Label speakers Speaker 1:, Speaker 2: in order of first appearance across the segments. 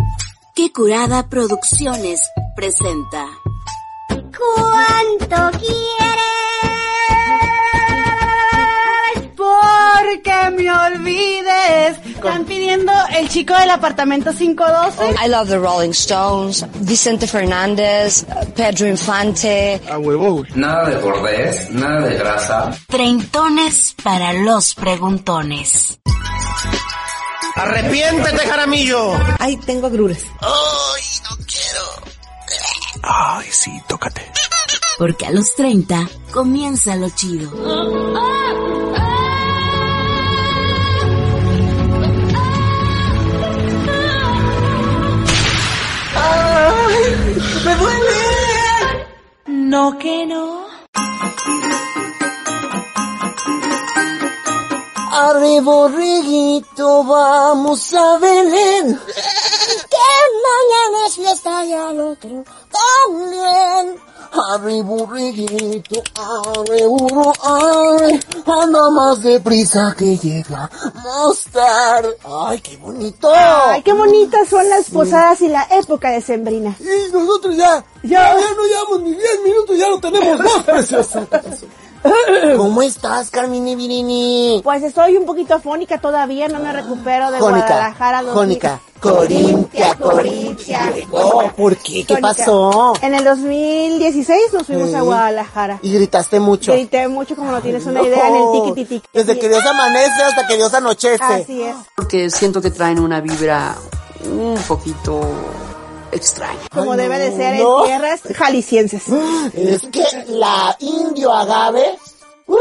Speaker 1: Calle Curada Producciones presenta.
Speaker 2: ¿Cuánto quieres? Porque me olvides. Están pidiendo el chico del apartamento 512.
Speaker 3: Oh,
Speaker 4: I love the Rolling Stones, Vicente Fernández, Pedro Infante.
Speaker 5: A huevo.
Speaker 6: Nada de bordés, nada de grasa.
Speaker 1: Treintones para los preguntones.
Speaker 5: Arrepiéntete, Jaramillo.
Speaker 4: Ay, tengo agruras.
Speaker 5: Ay, sí, tócate.
Speaker 1: Porque a los 30 comienza lo chido.
Speaker 2: No que no.
Speaker 3: Arre borreguito, vamos a Belén. Que mañana es fiesta y al otro también. Arre borreguito, arre burro, arre. Anda más deprisa que llega más tarde. Ay, qué bonito.
Speaker 2: Ay,
Speaker 3: oh,
Speaker 2: qué bonitas son las posadas y la época de sembrina.
Speaker 3: Y nosotros ya, ya, ya no llevamos ni 10 minutos, ya lo tenemos más precioso. ¿Cómo estás, Carmine Virini?
Speaker 2: Pues estoy un poquito afónica todavía, no me recupero de Guadalajara. dos mil-
Speaker 3: Jónica, Corintia, Corintia. Oh, ¿por qué? ¿Qué
Speaker 2: Jónica.
Speaker 3: pasó?
Speaker 2: En el 2016 nos fuimos a
Speaker 3: Sí.
Speaker 2: Guadalajara.
Speaker 3: Y gritaste mucho.
Speaker 2: Grité mucho como no tienes una idea en
Speaker 3: No.
Speaker 2: el tiki tiki.
Speaker 3: Desde que Dios amanece hasta que Dios anochece.
Speaker 2: Así es.
Speaker 7: porque siento que traen una vibra un poquito extraña.
Speaker 2: Como
Speaker 3: Ay,
Speaker 2: debe de
Speaker 3: no,
Speaker 2: ser
Speaker 3: no.
Speaker 2: en tierras jaliscienses.
Speaker 3: Es que la indio agave uf,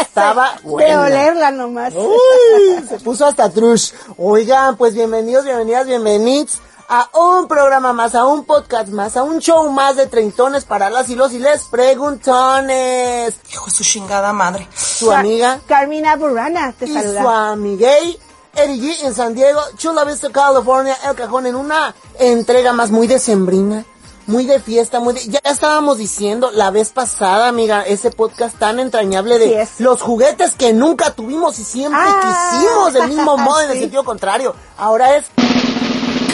Speaker 3: estaba
Speaker 2: De
Speaker 3: buena.
Speaker 2: olerla nomás.
Speaker 3: Uy, se puso hasta trush. Oigan, pues bienvenidos, bienvenidas, bienvenidos a un programa más, a un podcast más, a un show más de treintones para las y los y les preguntones.
Speaker 8: Hijo de su chingada madre.
Speaker 3: Su amiga
Speaker 2: Carmina Burana te
Speaker 3: y
Speaker 2: saluda.
Speaker 3: su amiguey, Eri G en San Diego, Chula Vista, California, El Cajón, en una entrega más muy decembrina, muy de fiesta, muy de... Ya estábamos diciendo la vez pasada, amiga, ese podcast tan entrañable de
Speaker 2: Así es.
Speaker 3: los juguetes que nunca tuvimos y siempre
Speaker 2: Ah.
Speaker 3: quisimos, del mismo modo, en el
Speaker 2: Sí.
Speaker 3: sentido contrario. Ahora es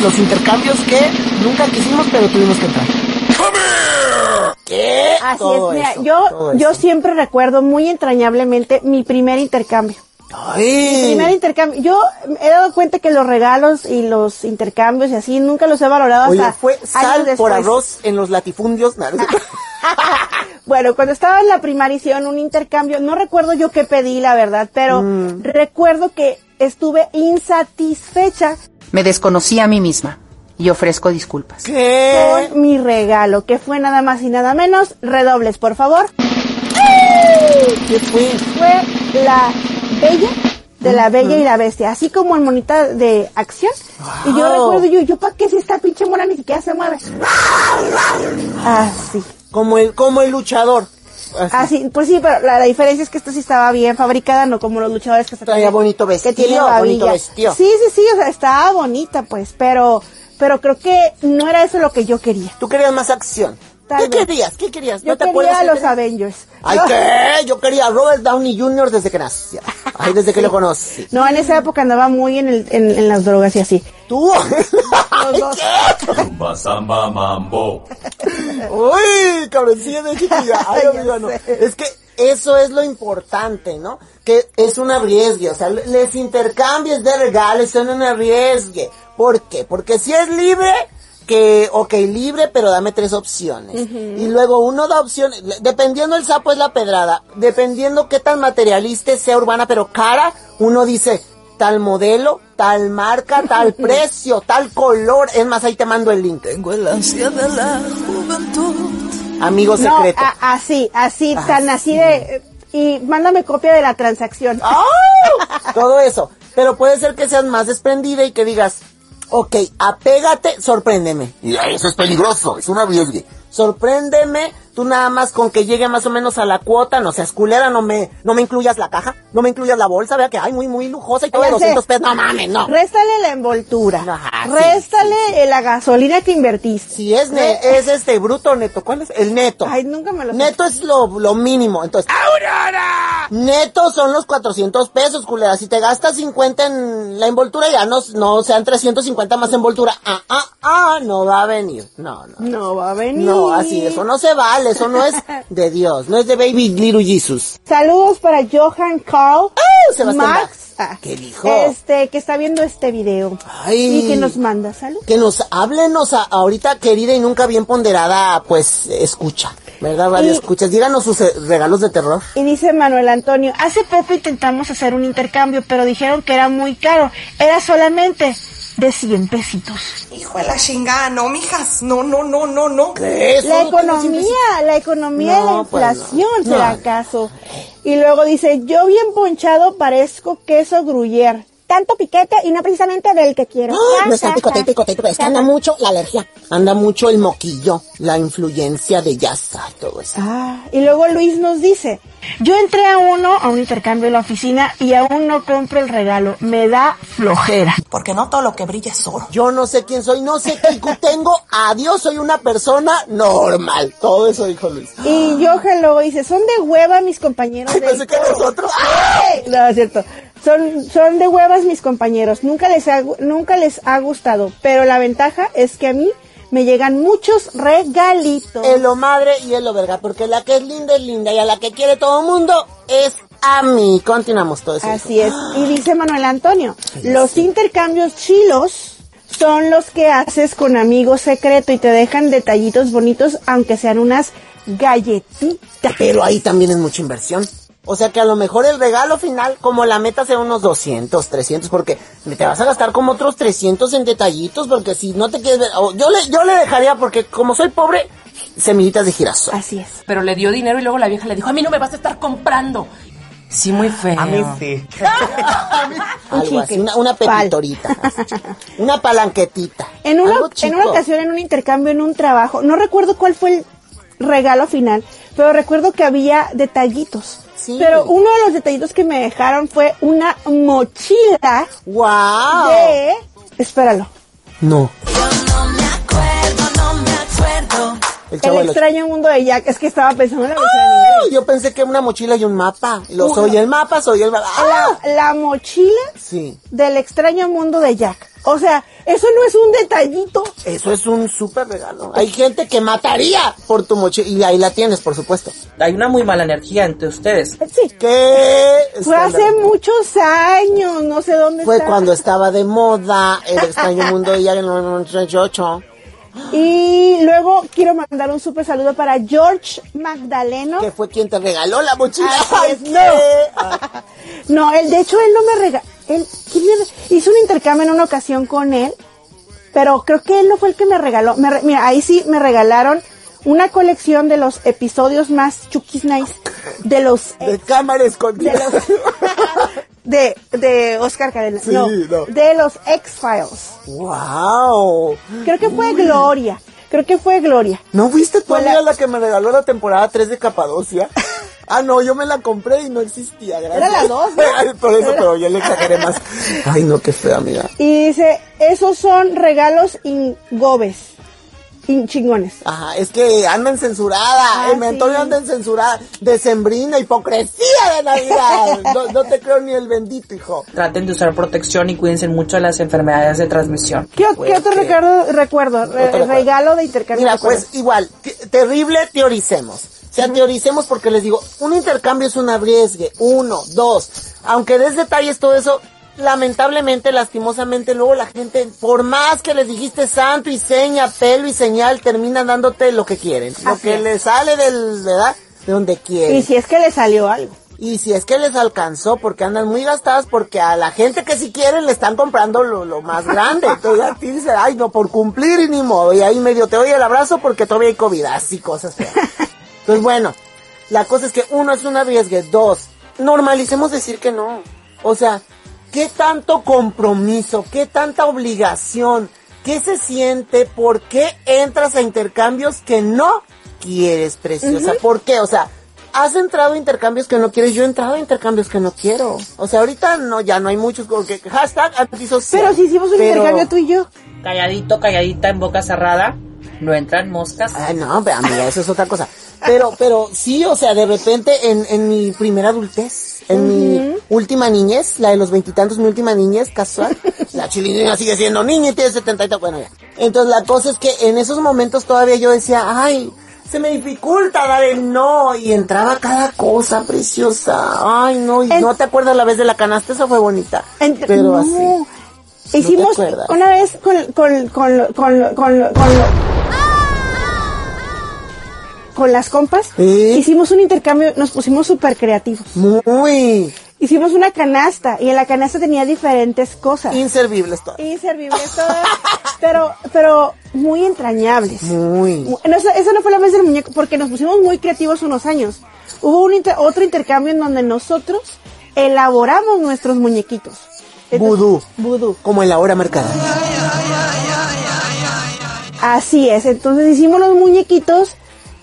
Speaker 3: los intercambios que nunca quisimos, pero tuvimos que entrar. ¿Qué?
Speaker 2: Así
Speaker 3: Todo
Speaker 2: es, mira,
Speaker 3: eso,
Speaker 2: yo,
Speaker 3: todo
Speaker 2: yo
Speaker 3: eso.
Speaker 2: siempre recuerdo muy entrañablemente mi primer intercambio.
Speaker 3: Ay.
Speaker 2: Primer intercambio. Yo he dado cuenta que los regalos y los intercambios y así nunca los he valorado
Speaker 3: Oye,
Speaker 2: hasta
Speaker 3: fue
Speaker 2: años
Speaker 3: sal por
Speaker 2: después.
Speaker 3: arroz en los latifundios. Nah, no sé.
Speaker 2: Bueno, cuando estaba en la primaria hicieron un intercambio, no recuerdo yo qué pedí, la verdad, pero
Speaker 3: Mm.
Speaker 2: recuerdo que estuve insatisfecha
Speaker 8: Me desconocí a mí misma y ofrezco disculpas.
Speaker 3: ¿Qué?
Speaker 2: con mi regalo, que fue nada más y nada menos, redobles, por favor.
Speaker 3: ¿Qué fue?
Speaker 2: fue la bella de la bella y la bestia, así como en monita de acción. Y yo
Speaker 3: Wow.
Speaker 2: recuerdo, yo, yo, ¿para qué si esta pinche mona ni siquiera se mueve? Así,
Speaker 3: Como el, como el luchador. Así.
Speaker 2: así, pues sí, pero la, la diferencia es que esta sí estaba bien fabricada, no como los luchadores que se
Speaker 3: Traía
Speaker 2: traen-
Speaker 3: bonito vestido,
Speaker 2: que tienen babilla.
Speaker 3: bonito vestido.
Speaker 2: Sí, sí, sí, o sea, estaba bonita, pues, pero, pero creo que no era eso lo que yo quería.
Speaker 3: Tú querías más acción.
Speaker 2: Tal
Speaker 3: ¿Qué
Speaker 2: vez.
Speaker 3: querías? ¿Qué querías?
Speaker 2: Yo
Speaker 3: ¿No te
Speaker 2: quería
Speaker 3: acuerdas?
Speaker 2: a
Speaker 3: qué
Speaker 2: los
Speaker 3: querías?
Speaker 2: Avengers.
Speaker 3: Ay, ¿qué? Yo quería a Robert Downey Jr. desde que nació. Ay, desde que lo conocí.
Speaker 2: No, en esa época andaba muy en, el- en, en las drogas y así.
Speaker 3: ¿Tú? Ay,
Speaker 2: dos.
Speaker 6: Tumba, samba, mambo.
Speaker 3: ¿qué? Uy, cabroncilla de chiquilla. Ay,
Speaker 2: Ya
Speaker 3: amiga, no.
Speaker 2: sé.
Speaker 3: Es que eso es lo importante, ¿no? Que es un arriesgue. O sea, les intercambies de regales son un arriesgue. ¿Por qué? Porque si es libre, que, ok, libre, pero dame tres opciones. Y luego uno da opciones. le- Dependiendo el sapo es la pedrada. Dependiendo qué tan materialista sea urbana, pero cara, uno dice tal modelo, tal marca, tal precio, tal color. Es más, ahí te mando el link.
Speaker 8: Tengo el ansia de la juventud.
Speaker 3: Amigo
Speaker 2: No,
Speaker 3: secreto.
Speaker 2: a- así, así, tan así de... Y mándame copia de la transacción.
Speaker 3: Ah. ¡Au! ¡Oh! Todo eso. Pero puede ser que seas más desprendida y que digas, ok, apégate, sorpréndeme. Y eso es peligroso, es un arriesgue. Sorpréndeme, tú nada más con que llegue más o menos a la cuota, no seas culera, no me, no me incluyas la caja, no me incluyas la bolsa, vea que hay muy, muy lujosa y todo
Speaker 2: Ya
Speaker 3: de
Speaker 2: sé.
Speaker 3: 200 pesos, no mames, no.
Speaker 2: Réstale la envoltura.
Speaker 3: Ajá, sí,
Speaker 2: réstale eh, la gasolina que invertiste.
Speaker 3: Si es, ne- es este bruto neto, ¿cuál es? El neto.
Speaker 2: Ay, nunca me lo...
Speaker 3: Neto es lo, lo mínimo, entonces. ¡Aurora! Netos son los 400 pesos, culera. Si te gastas 50 en la envoltura, ya no, no sean 350 más envoltura. Ah, ah, ah, no va a venir. No, no.
Speaker 2: No va a venir.
Speaker 3: No, así, eso no se vale, eso no es de Dios, no es de Baby Little Jesus.
Speaker 2: Saludos para Johan Carl.
Speaker 3: ¡Ah, Sebastián
Speaker 2: Max.
Speaker 3: Bach!
Speaker 2: ah,
Speaker 3: ¿Qué dijo?
Speaker 2: Este, que está viendo este video.
Speaker 3: Ay.
Speaker 2: Y que nos manda salud.
Speaker 3: Que nos háblenos a- ahorita, querida y nunca bien ponderada, pues, escucha, ¿verdad? Vale,
Speaker 2: Y-
Speaker 3: escuchas. Díganos sus eh, regalos de terror.
Speaker 2: Y dice Manuel Antonio, hace poco intentamos hacer un intercambio, pero dijeron que era muy caro. Era solamente de 100 pesitos.
Speaker 9: Hijo de la chingada, no, mijas, no, no, no, no, no.
Speaker 3: ¿Qué es?
Speaker 2: La
Speaker 3: ¿Cómo que no sientes-
Speaker 2: economía, la economía y la
Speaker 3: No, pues no.
Speaker 2: inflación,
Speaker 3: No,
Speaker 2: será
Speaker 3: no.
Speaker 2: acaso. Y luego dice, yo bien ponchado parezco queso gruyer. Tanto piquete y no precisamente del que quiero.
Speaker 3: Ah, no está picote, picote, picote. Es que anda mucho la alergia. Anda mucho el moquillo, la influencia de Yasa, todo eso.
Speaker 2: Ah, y luego Luis nos dice, yo entré a uno, a un intercambio en la oficina y aún no compro el regalo, me da flojera.
Speaker 9: Porque no todo lo que brilla es oro.
Speaker 3: Yo no sé quién soy, no sé qué IQ tengo. Adiós, soy una persona normal. Todo eso dijo Luis.
Speaker 2: Y Johan luego dice, son de hueva mis compañeros.
Speaker 3: Ay, pues
Speaker 2: del
Speaker 3: pensé que nosotros. ¡ah! ¡Ay!
Speaker 2: No, es cierto. Son, son de huevas mis compañeros. Nunca les, ha, gu- nunca les ha gustado. Pero la ventaja es que a mí me llegan muchos regalitos.
Speaker 3: Es lo madre y es lo verga. Porque la que es linda es linda y a la que quiere todo el mundo es a mí. Continuamos todo eso.
Speaker 2: Así es. Y dice Manuel Antonio, los intercambios chilos son los que haces con amigos secreto y te dejan detallitos bonitos, aunque sean unas galletitas.
Speaker 3: Pero ahí también es mucha inversión. O sea que a lo mejor el regalo final, como la meta sea unos 200, 300, porque te vas a gastar como otros 300 en detallitos, porque si no te quieres ver, o yo le, yo le dejaría, porque como soy pobre, semillitas de girasol.
Speaker 2: Así es.
Speaker 10: Pero le dio dinero y luego la vieja le dijo, a mí no me vas a estar comprando. Sí, muy feo.
Speaker 5: A mí sí.
Speaker 2: Ah, Un
Speaker 3: Algo así,
Speaker 2: chicle.
Speaker 3: una, una pepitorita, así, una palanquetita.
Speaker 2: En una,
Speaker 3: algo
Speaker 2: en
Speaker 3: chico.
Speaker 2: una ocasión, en un intercambio, en un trabajo, no recuerdo cuál fue el regalo final, pero recuerdo que había detallitos.
Speaker 3: Sí.
Speaker 2: Pero uno de los detallitos que me dejaron fue una mochila
Speaker 3: ¡Wow!
Speaker 2: de... Espéralo.
Speaker 3: No. El
Speaker 2: El
Speaker 3: chavo del ocho.
Speaker 2: extraño mundo de Jack. Es que estaba pensando en la mochila de
Speaker 3: Ay, Yo pensé que una mochila y un mapa. Lo soy el mapa, soy el mapa. ¡Ah!
Speaker 2: Nick. La, la mochila
Speaker 3: Sí.
Speaker 2: del extraño mundo de Jack. O sea, eso no es un detallito.
Speaker 3: Eso es un súper regalo. Hay gente que mataría por tu mochila. Y ahí la tienes, por supuesto.
Speaker 11: Hay una muy mala energía entre ustedes.
Speaker 2: Sí.
Speaker 3: ¿Qué?
Speaker 2: Fue hace muchos años, no sé dónde
Speaker 3: Fue
Speaker 2: está.
Speaker 3: cuando estaba de moda el extraño mundo de Jack en 1988.
Speaker 2: Y luego quiero mandar un súper saludo para George Magdaleno.
Speaker 3: Que fue quien te regaló la mochila.
Speaker 2: Así
Speaker 3: Ay,
Speaker 2: es,
Speaker 3: ¿qué?
Speaker 2: no. No, él, de hecho, él no me regaló. Él, ¿quién me re- Hice un intercambio en una ocasión con él, pero creo que él no fue el que me regaló. Me re- Mira, ahí sí me regalaron una colección de los episodios más chukis nice de los.
Speaker 3: De cámara escondida.
Speaker 2: de los. de, de Oscar Cadena.
Speaker 3: Sí,
Speaker 2: no,
Speaker 3: no.
Speaker 2: De los X-Files.
Speaker 3: ¡Wow!
Speaker 2: Creo que fue Gloria. Creo que fue Gloria.
Speaker 3: ¿No viste tu
Speaker 2: Fue la-
Speaker 3: amiga la que me regaló la temporada 3 de Capadocia? Ah, no, yo me la compré y no existía, gracias.
Speaker 2: Era la dos, ¿no?
Speaker 3: Ay, Por eso, pero yo le exageré más. Ay, no, qué fea, amiga.
Speaker 2: Y dice, esos son regalos ingobes. in- chingones.
Speaker 3: Ajá, es que andan censurada,
Speaker 2: Ah,
Speaker 3: el mentor
Speaker 2: sí.
Speaker 3: andan censurada, decembrina, hipocresía de Navidad. No, no te creo ni el bendito, hijo.
Speaker 11: Traten de usar protección y cuídense mucho de las enfermedades de transmisión.
Speaker 2: ¿Qué, o-
Speaker 3: Pues
Speaker 2: qué otro
Speaker 3: que-
Speaker 2: recuerdo? recuerdo Re-
Speaker 3: Otro recuerdo.
Speaker 2: regalo de intercambio.
Speaker 3: Mira,
Speaker 2: de recuerdos.
Speaker 3: pues igual, t- terrible teoricemos. O sea, teoricemos porque les digo, un intercambio es un arriesgue, uno, dos. Aunque des detalles todo eso, lamentablemente, lastimosamente, luego la gente, por más que les dijiste santo y seña, pelo y señal, terminan dándote lo que quieren. Lo
Speaker 2: Así
Speaker 3: que
Speaker 2: es.
Speaker 3: les sale del, ¿verdad? De donde quieren.
Speaker 2: Y si es que le salió algo.
Speaker 3: Y si es que les alcanzó, porque andan muy gastadas, porque a la gente que sí quieren le están comprando lo, lo más grande. Entonces a ti dice, ay, no, por cumplir y ni modo. Y ahí medio te doy el abrazo porque todavía hay COVID, así cosas feas. Entonces, bueno, la cosa es que uno es un arriesgue, dos, normalicemos decir que no. O sea, ¿qué tanto compromiso? ¿Qué tanta obligación? ¿Qué se siente? ¿Por qué entras a intercambios que no quieres, preciosa? ¿Por qué? O sea, has entrado a intercambios que no quieres. Yo he entrado a intercambios que no quiero. O sea, ahorita no, ya no hay muchos porque hashtag antisocial.
Speaker 2: Pero si hicimos un
Speaker 3: Pero-
Speaker 2: intercambio tú y yo.
Speaker 11: Calladito, calladita, en boca cerrada. No entran moscas.
Speaker 3: Ah, no, pero amiga, eso es otra cosa. Pero, pero sí, o sea, de repente en, en mi primera adultez. en mi última niñez, la de los veintitantos, mi última niñez casual. la chilinina sigue siendo niña y tiene setenta y tantos. Bueno, ya. Entonces la cosa es que en esos momentos todavía yo decía, ay, se me dificulta dar el no. Y entraba cada cosa preciosa. Ay, no, y no te acuerdas la vez de la canasta, esa fue bonita. Pero
Speaker 2: no.
Speaker 3: así.
Speaker 2: Hicimos
Speaker 3: te acuerdas.
Speaker 2: una vez con, con, con, con, con, con, con las compas, hicimos un intercambio, nos pusimos súper creativos.
Speaker 3: Muy.
Speaker 2: Hicimos una canasta y en la canasta tenía diferentes cosas.
Speaker 3: Inservibles todas.
Speaker 2: Inservibles todas, pero, pero muy entrañables.
Speaker 3: Muy.
Speaker 2: No, esa, esa no fue la vez del muñeco, porque nos pusimos muy creativos unos años. Hubo un inter- otro intercambio en donde nosotros elaboramos nuestros muñequitos.
Speaker 3: Vudú.
Speaker 2: Vudú.
Speaker 3: Como en la hora marcada.
Speaker 2: Así es, entonces hicimos los muñequitos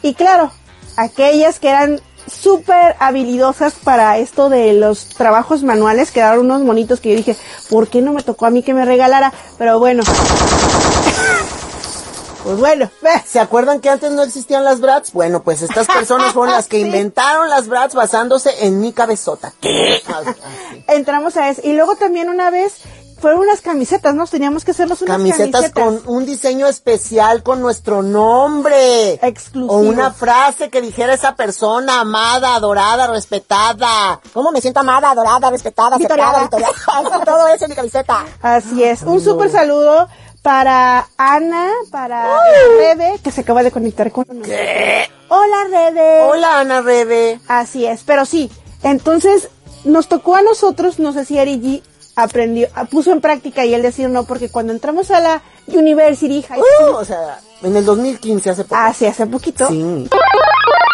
Speaker 2: y claro, aquellas que eran súper habilidosas para esto de los trabajos manuales quedaron unos monitos que yo dije, ¿por qué no me tocó a mí que me regalara? Pero bueno. Pues bueno,
Speaker 3: ¿se acuerdan que antes no existían las brats? Bueno, pues estas personas fueron las que inventaron las brats basándose en mi cabezota.
Speaker 2: Entramos a eso. Y luego también una vez fueron unas camisetas, ¿no? Teníamos que hacernos unas
Speaker 3: Camisetas
Speaker 2: camisetas.
Speaker 3: con un diseño especial con nuestro nombre.
Speaker 2: Exclusivo.
Speaker 3: O una frase que dijera esa persona, amada, adorada, respetada. ¿Cómo me siento amada, adorada, respetada,
Speaker 2: Victoriada.
Speaker 3: aceptada, victoriada? Todo eso en mi camiseta.
Speaker 2: Así es. Un súper saludo para Ana, para Rebe, que se acaba de conectar con nosotros. Hola, Rebe.
Speaker 3: Hola, Ana Rebe.
Speaker 2: Así es, pero sí. Entonces, nos tocó a nosotros, no sé si Ari G aprendió, ah, puso en práctica y él decir no, porque cuando entramos a la University High School,
Speaker 3: Uh, o sea, en el 2015 hace poco.
Speaker 2: hace, hace poquito,
Speaker 3: ¡Uh! Sí.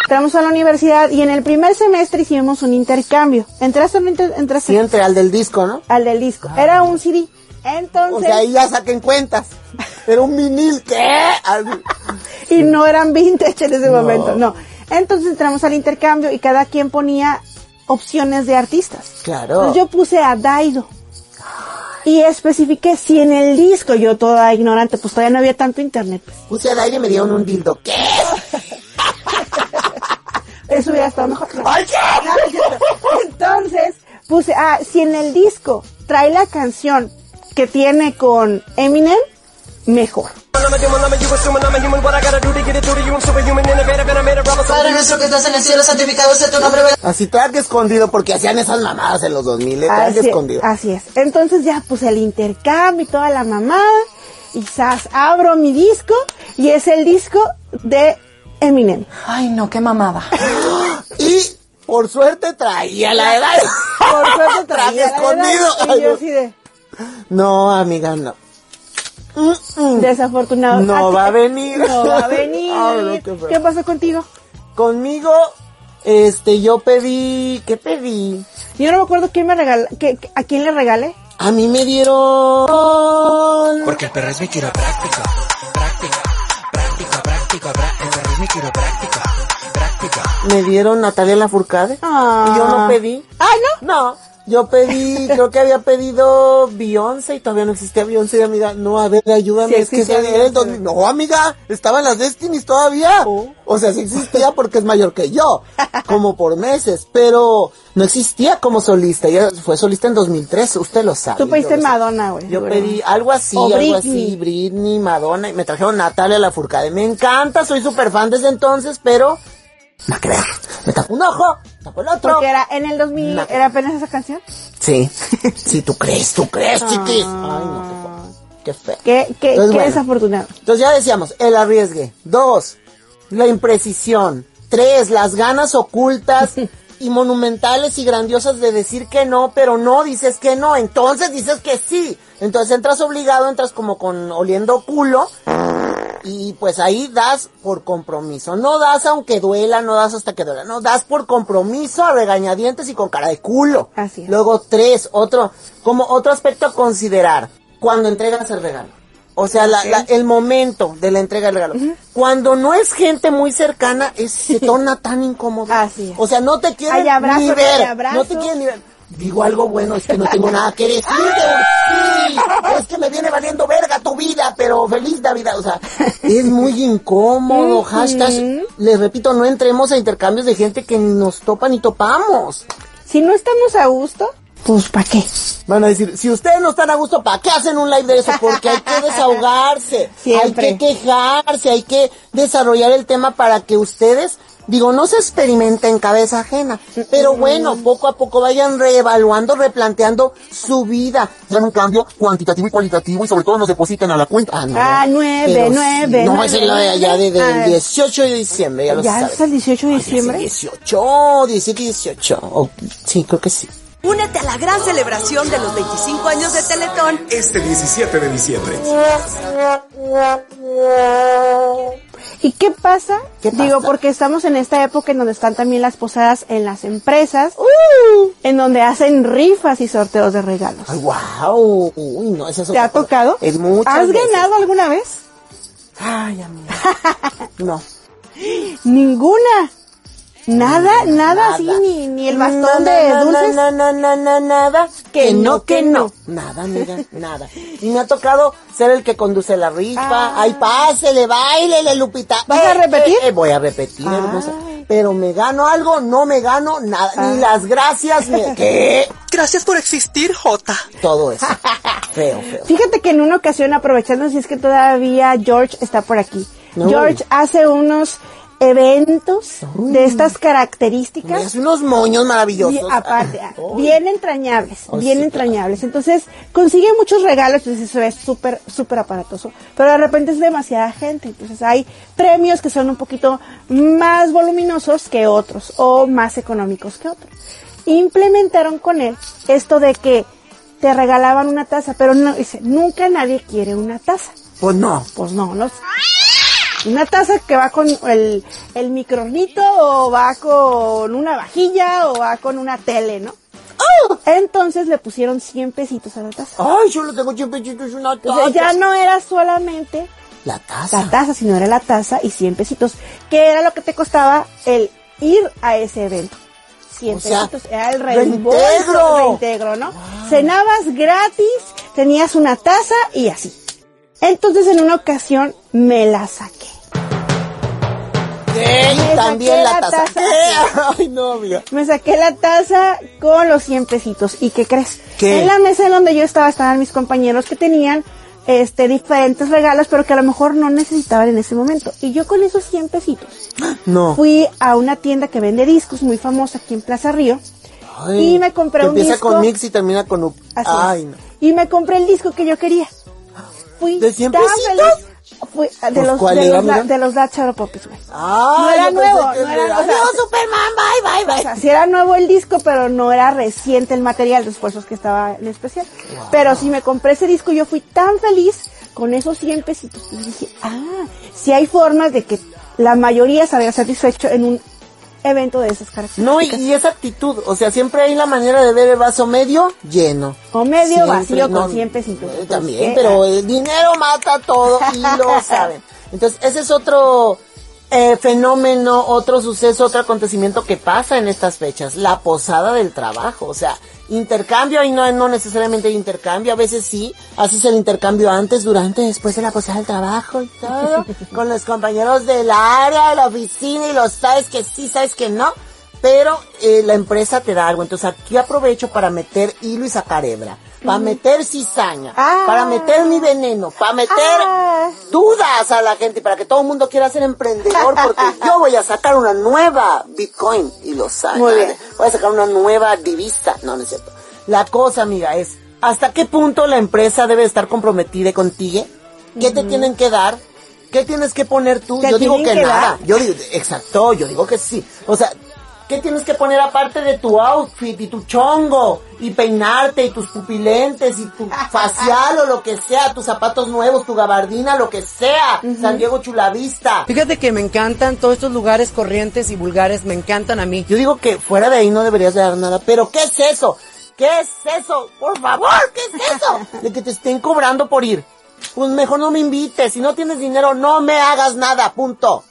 Speaker 2: entramos a la universidad y en el primer semestre hicimos un intercambio. ¿Entraste o no entr- entraste?
Speaker 3: Sí, entre al del disco, ¿no?
Speaker 2: Al del disco. Era un CD. Entonces,
Speaker 3: Ah. O sea, ahí ya saquen cuentas. Pero un vinil, ¿qué? Algo-
Speaker 2: y no eran vintage en ese momento, no. Entonces entramos al intercambio y cada quien ponía opciones de artistas.
Speaker 3: Claro.
Speaker 2: Entonces Pues yo puse a Daido. Y especifiqué si en el disco, yo toda ignorante, pues todavía no había tanto internet. pues,
Speaker 3: Puse al aire y me dieron un dildo. ¿Qué?
Speaker 2: Eso hubiera estado mejor.
Speaker 3: ¡Ay, qué!
Speaker 2: Entonces puse, ah, si en el disco trae la canción que tiene con Eminem, mejor.
Speaker 12: Padre nuestro que estás en el cielo, santificado sea tu nombre.
Speaker 3: Así traje escondido porque hacían esas mamadas en los 2000, ¿eh? traje
Speaker 2: Así,
Speaker 3: escondido.
Speaker 2: así es. Entonces ya puse el intercambio y toda la mamada. Y zas, abro mi disco y es el disco de Eminem.
Speaker 8: Ay, no, qué mamada.
Speaker 3: Y por suerte traía la edad.
Speaker 2: Por suerte
Speaker 3: Traje
Speaker 2: traía la
Speaker 3: escondido.
Speaker 2: edad, Y yo así de
Speaker 3: No, amiga, no. Mm-mm.
Speaker 2: desafortunado.
Speaker 3: No
Speaker 2: Ah,
Speaker 3: va a venir.
Speaker 2: No va a venir.
Speaker 3: Ah, no, qué feo.
Speaker 2: ¿Qué pasó contigo?
Speaker 3: Conmigo, este, yo pedí, ¿qué pedí?
Speaker 2: Yo no me acuerdo quién me regaló, que, a quién le regalé.
Speaker 3: A mí me dieron...
Speaker 5: Porque el perro es mi quiropráctico. Práctica, práctica, práctica. prá- El perro es mi quiropráctica. Práctica.
Speaker 3: Me dieron Natalia Lafourcade.
Speaker 2: Ah.
Speaker 3: Y yo no pedí.
Speaker 2: Ah, no.
Speaker 3: No, yo pedí, creo que había pedido Beyoncé y todavía no existía Beyoncé, amiga. No, a ver, ayúdame,
Speaker 2: Sí
Speaker 3: es que
Speaker 2: existía
Speaker 3: se- era el
Speaker 2: Beyoncé.
Speaker 3: 2000. No, amiga, estaban las Destinies todavía.
Speaker 2: Oh.
Speaker 3: O sea, sí existía porque es mayor que yo, como por meses, pero no existía como solista. Ella fue solista en 2003, usted lo sabe.
Speaker 2: Tú pediste
Speaker 3: yo lo sé.
Speaker 2: Madonna, güey.
Speaker 3: Yo
Speaker 2: Bueno.
Speaker 3: pedí algo así,
Speaker 2: O
Speaker 3: algo
Speaker 2: Britney.
Speaker 3: así, Britney, Madonna, y me trajeron Natalia Lafourcade. Me encanta, soy súper fan desde entonces, pero... No creo, me tapó un ojo, tapó el otro.
Speaker 2: Porque era en el 2000,
Speaker 3: No.
Speaker 2: era apenas esa canción.
Speaker 3: Sí. Sí, tú crees, tú crees, chiquis. Ay, no, qué feo. Qué feo.
Speaker 2: Ah. Qué, qué,
Speaker 3: Entonces,
Speaker 2: qué
Speaker 3: bueno.
Speaker 2: desafortunado.
Speaker 3: Entonces ya decíamos, el arriesgue. Dos, la imprecisión. Tres, las ganas ocultas y monumentales y grandiosas de decir que no, pero no dices que no, entonces dices que sí. Entonces entras obligado, entras como con oliendo culo. Y pues ahí das por compromiso. No das aunque duela, no das hasta que duela. No, das por compromiso a regañadientes y con cara de culo.
Speaker 2: Así es.
Speaker 3: Luego tres, otro, como otro aspecto a considerar. Cuando entregas el regalo. O sea, la- la- el momento de la entrega del regalo. Cuando no es gente muy cercana, es- se torna tan incómodo.
Speaker 2: Así es.
Speaker 3: O sea, no te quieren
Speaker 2: Hay abrazo,
Speaker 3: ni
Speaker 2: no
Speaker 3: ver.
Speaker 2: hay abrazo.
Speaker 3: No te quieren ni ver. Digo algo bueno, es que no tengo nada que decir. Sí, es que me viene valiendo verga tu vida, pero feliz Navidad. O sea, es muy incómodo. Hashtag, les repito, no entremos a intercambios de gente que ni nos topa ni topamos.
Speaker 2: Si no estamos a gusto, pues ¿para qué?
Speaker 3: Van a decir, si ustedes no están a gusto, ¿para qué hacen un live de eso? Porque hay que desahogarse,
Speaker 2: Siempre.
Speaker 3: hay que quejarse, hay que desarrollar el tema para que ustedes, digo, no se experimenten cabeza ajena, pero bueno, poco a poco vayan reevaluando, replanteando su vida.
Speaker 13: Hagan un cambio cuantitativo y cualitativo y sobre todo nos depositan a la cuenta. Ah, no.
Speaker 2: Ah, nueve,
Speaker 3: Pero sí,
Speaker 2: nueve.
Speaker 3: No, es el de allá de, del
Speaker 2: Ah,
Speaker 3: 18 de diciembre, ya lo Ah,
Speaker 2: ¿Ya
Speaker 3: sabes.
Speaker 2: es el 18 de diciembre?
Speaker 3: 18, 17 y 18. o- oh, sí, creo que sí.
Speaker 14: Únete a la gran celebración de los 25 años de Teletón.
Speaker 15: Este 17 de diciembre.
Speaker 2: ¿Y qué pasa? Digo, porque estamos en esta época en donde están también las posadas en las empresas,
Speaker 3: ¡Uh!
Speaker 2: en donde hacen rifas y sorteos de regalos.
Speaker 3: Ay, wow. Uy, no, esa es
Speaker 2: ¿Te ha
Speaker 3: otra cosa.
Speaker 2: tocado?
Speaker 3: Es mucho.
Speaker 2: ¿Has ganado alguna vez?
Speaker 3: Ay, amiga. no.
Speaker 2: Ninguna. Nada, nada, así, ni, ni el bastón de dulces.
Speaker 3: Mm, No, no, no, no, nada.
Speaker 2: Que no, que no.
Speaker 3: Nada, amiga, nada. Y me ha tocado ser el que conduce la
Speaker 2: Ah.
Speaker 3: rifa. Ay, pásele, bailele, Lupita. ¿Vas a repetir? voy a repetir, hermosa. Pero me gano algo, no me gano nada.
Speaker 2: Ah.
Speaker 3: Ni las gracias, ni... ¿Qué?
Speaker 9: Gracias por existir, Jota.
Speaker 3: Todo eso. Feo, feo.
Speaker 2: Fíjate que en una ocasión, aprovechando si es que todavía George está por aquí,
Speaker 3: No.
Speaker 2: George hace unos eventos de estas características.
Speaker 3: hace unos moños maravillosos.
Speaker 2: Y aparte, ah, bien entrañables, bien entrañables. Entonces, consigue muchos regalos, entonces eso es súper, súper aparatoso. Pero de repente es demasiada gente, entonces hay premios que son un poquito más voluminosos que otros o más económicos que otros. Implementaron con él esto de que te regalaban una taza, pero no, dice, nunca nadie quiere una taza.
Speaker 3: Pues no.
Speaker 2: Pues no, no. Una taza que va con el, el microornito o va con una vajilla o va con una tele, ¿no?
Speaker 3: Oh.
Speaker 2: Entonces le pusieron 100 pesitos a la taza.
Speaker 3: Ay, yo lo tengo chimpechito, es una
Speaker 2: O sea,
Speaker 3: taza.
Speaker 2: ya no era solamente
Speaker 3: La taza.
Speaker 2: la taza, sino era la taza y 100 pesitos, que era lo que te costaba el ir a ese evento. 100
Speaker 3: O sea,
Speaker 2: pesitos, era el reembolso,
Speaker 3: reintegro.
Speaker 2: el reintegro, ¿no? Cenabas gratis, tenías una taza y así. Entonces en una ocasión me la saqué.
Speaker 3: ¿Qué?
Speaker 2: Me
Speaker 3: Y
Speaker 2: saqué
Speaker 3: también
Speaker 2: la
Speaker 3: la taza.
Speaker 2: taza.
Speaker 3: ¿Qué? Ay, no, amiga.
Speaker 2: Me saqué la taza con los 100 pesitos. ¿Y qué crees?
Speaker 3: ¿Qué?
Speaker 2: En la mesa en donde yo estaba estaban mis compañeros que tenían este diferentes regalos, pero que a lo mejor no necesitaban en ese momento. Y yo con esos 100 pesitos
Speaker 3: No.
Speaker 2: fui a una tienda que vende discos muy famosa aquí en Plaza Río
Speaker 3: Ay,
Speaker 2: y me compré
Speaker 3: que
Speaker 2: un
Speaker 3: empieza
Speaker 2: disco.
Speaker 3: con mix y termina con up.
Speaker 2: Así es.
Speaker 3: Ay, no.
Speaker 2: y me compré el disco que yo quería. Fui
Speaker 3: ¿De 100
Speaker 2: tan
Speaker 3: pesitos?
Speaker 2: feliz. Fui, ah, de,
Speaker 3: Pues,
Speaker 2: los,
Speaker 3: ¿cuál
Speaker 2: de,
Speaker 3: era,
Speaker 2: los, la-
Speaker 3: amiga?
Speaker 2: de los Dacharo Popis, güey.
Speaker 3: Ay,
Speaker 2: no era
Speaker 3: yo pensé
Speaker 2: nuevo,
Speaker 3: que
Speaker 2: no era,
Speaker 3: era-
Speaker 2: o sea,
Speaker 3: Adiós, Superman, bye, bye,
Speaker 2: O
Speaker 3: bye.
Speaker 2: sea, sí era nuevo el disco, pero no era reciente el material, los esfuerzos que estaba en especial. Pero si me compré ese disco, yo fui tan feliz con esos 100 pesitos. Y dije, ah, si hay formas de que la mayoría se vea satisfecho en un evento de esas características.
Speaker 3: No, y, y esa actitud, o sea, siempre hay la manera de ver el vaso medio lleno.
Speaker 2: O medio
Speaker 3: Siempre,
Speaker 2: vacío
Speaker 3: no,
Speaker 2: con 100 pesitos.
Speaker 3: eh,
Speaker 2: Pues,
Speaker 3: También,
Speaker 2: ¿qué?
Speaker 3: pero el dinero mata todo y lo saben. Entonces, ese es otro eh, fenómeno, otro suceso, otro acontecimiento que pasa en estas fechas, la posada del trabajo, o sea, intercambio, ahí no, no necesariamente hay intercambio, a veces sí, haces el intercambio antes, durante, después de la posada del trabajo y todo, con los compañeros del área, de la oficina y los sabes que sí, sabes que no, pero eh, la empresa te da algo, entonces aquí aprovecho para meter hilo y sacar hebra, para meter cizaña,
Speaker 2: Ah.
Speaker 3: para meter mi veneno, para meter
Speaker 2: Ah.
Speaker 3: dudas a la gente para que todo el mundo quiera ser emprendedor porque yo voy a sacar una nueva Bitcoin y lo saben.
Speaker 2: Muy bien.
Speaker 3: Voy a sacar una nueva divisa. No, no es cierto. La cosa, amiga, es hasta qué punto la empresa debe estar comprometida contigo. ¿Qué te tienen que dar? ¿Qué tienes que poner tú?
Speaker 2: Te
Speaker 3: Yo digo que,
Speaker 2: tienen que
Speaker 3: nada.
Speaker 2: dar.
Speaker 3: Yo digo, exacto, yo digo que sí. O sea, ¿qué tienes que poner aparte de tu outfit y tu chongo y peinarte y tus pupilentes y tu facial o lo que sea, tus zapatos nuevos, tu gabardina, lo que sea? San Diego Chulavista.
Speaker 16: Fíjate que me encantan todos estos lugares corrientes y vulgares, me encantan a mí.
Speaker 3: Yo digo que fuera de ahí no deberías de dar nada, pero ¿qué es eso? ¿Qué es eso? Por favor, ¿qué es eso? De que te estén cobrando por ir. Pues mejor no me invites, si no tienes dinero no me hagas nada, punto.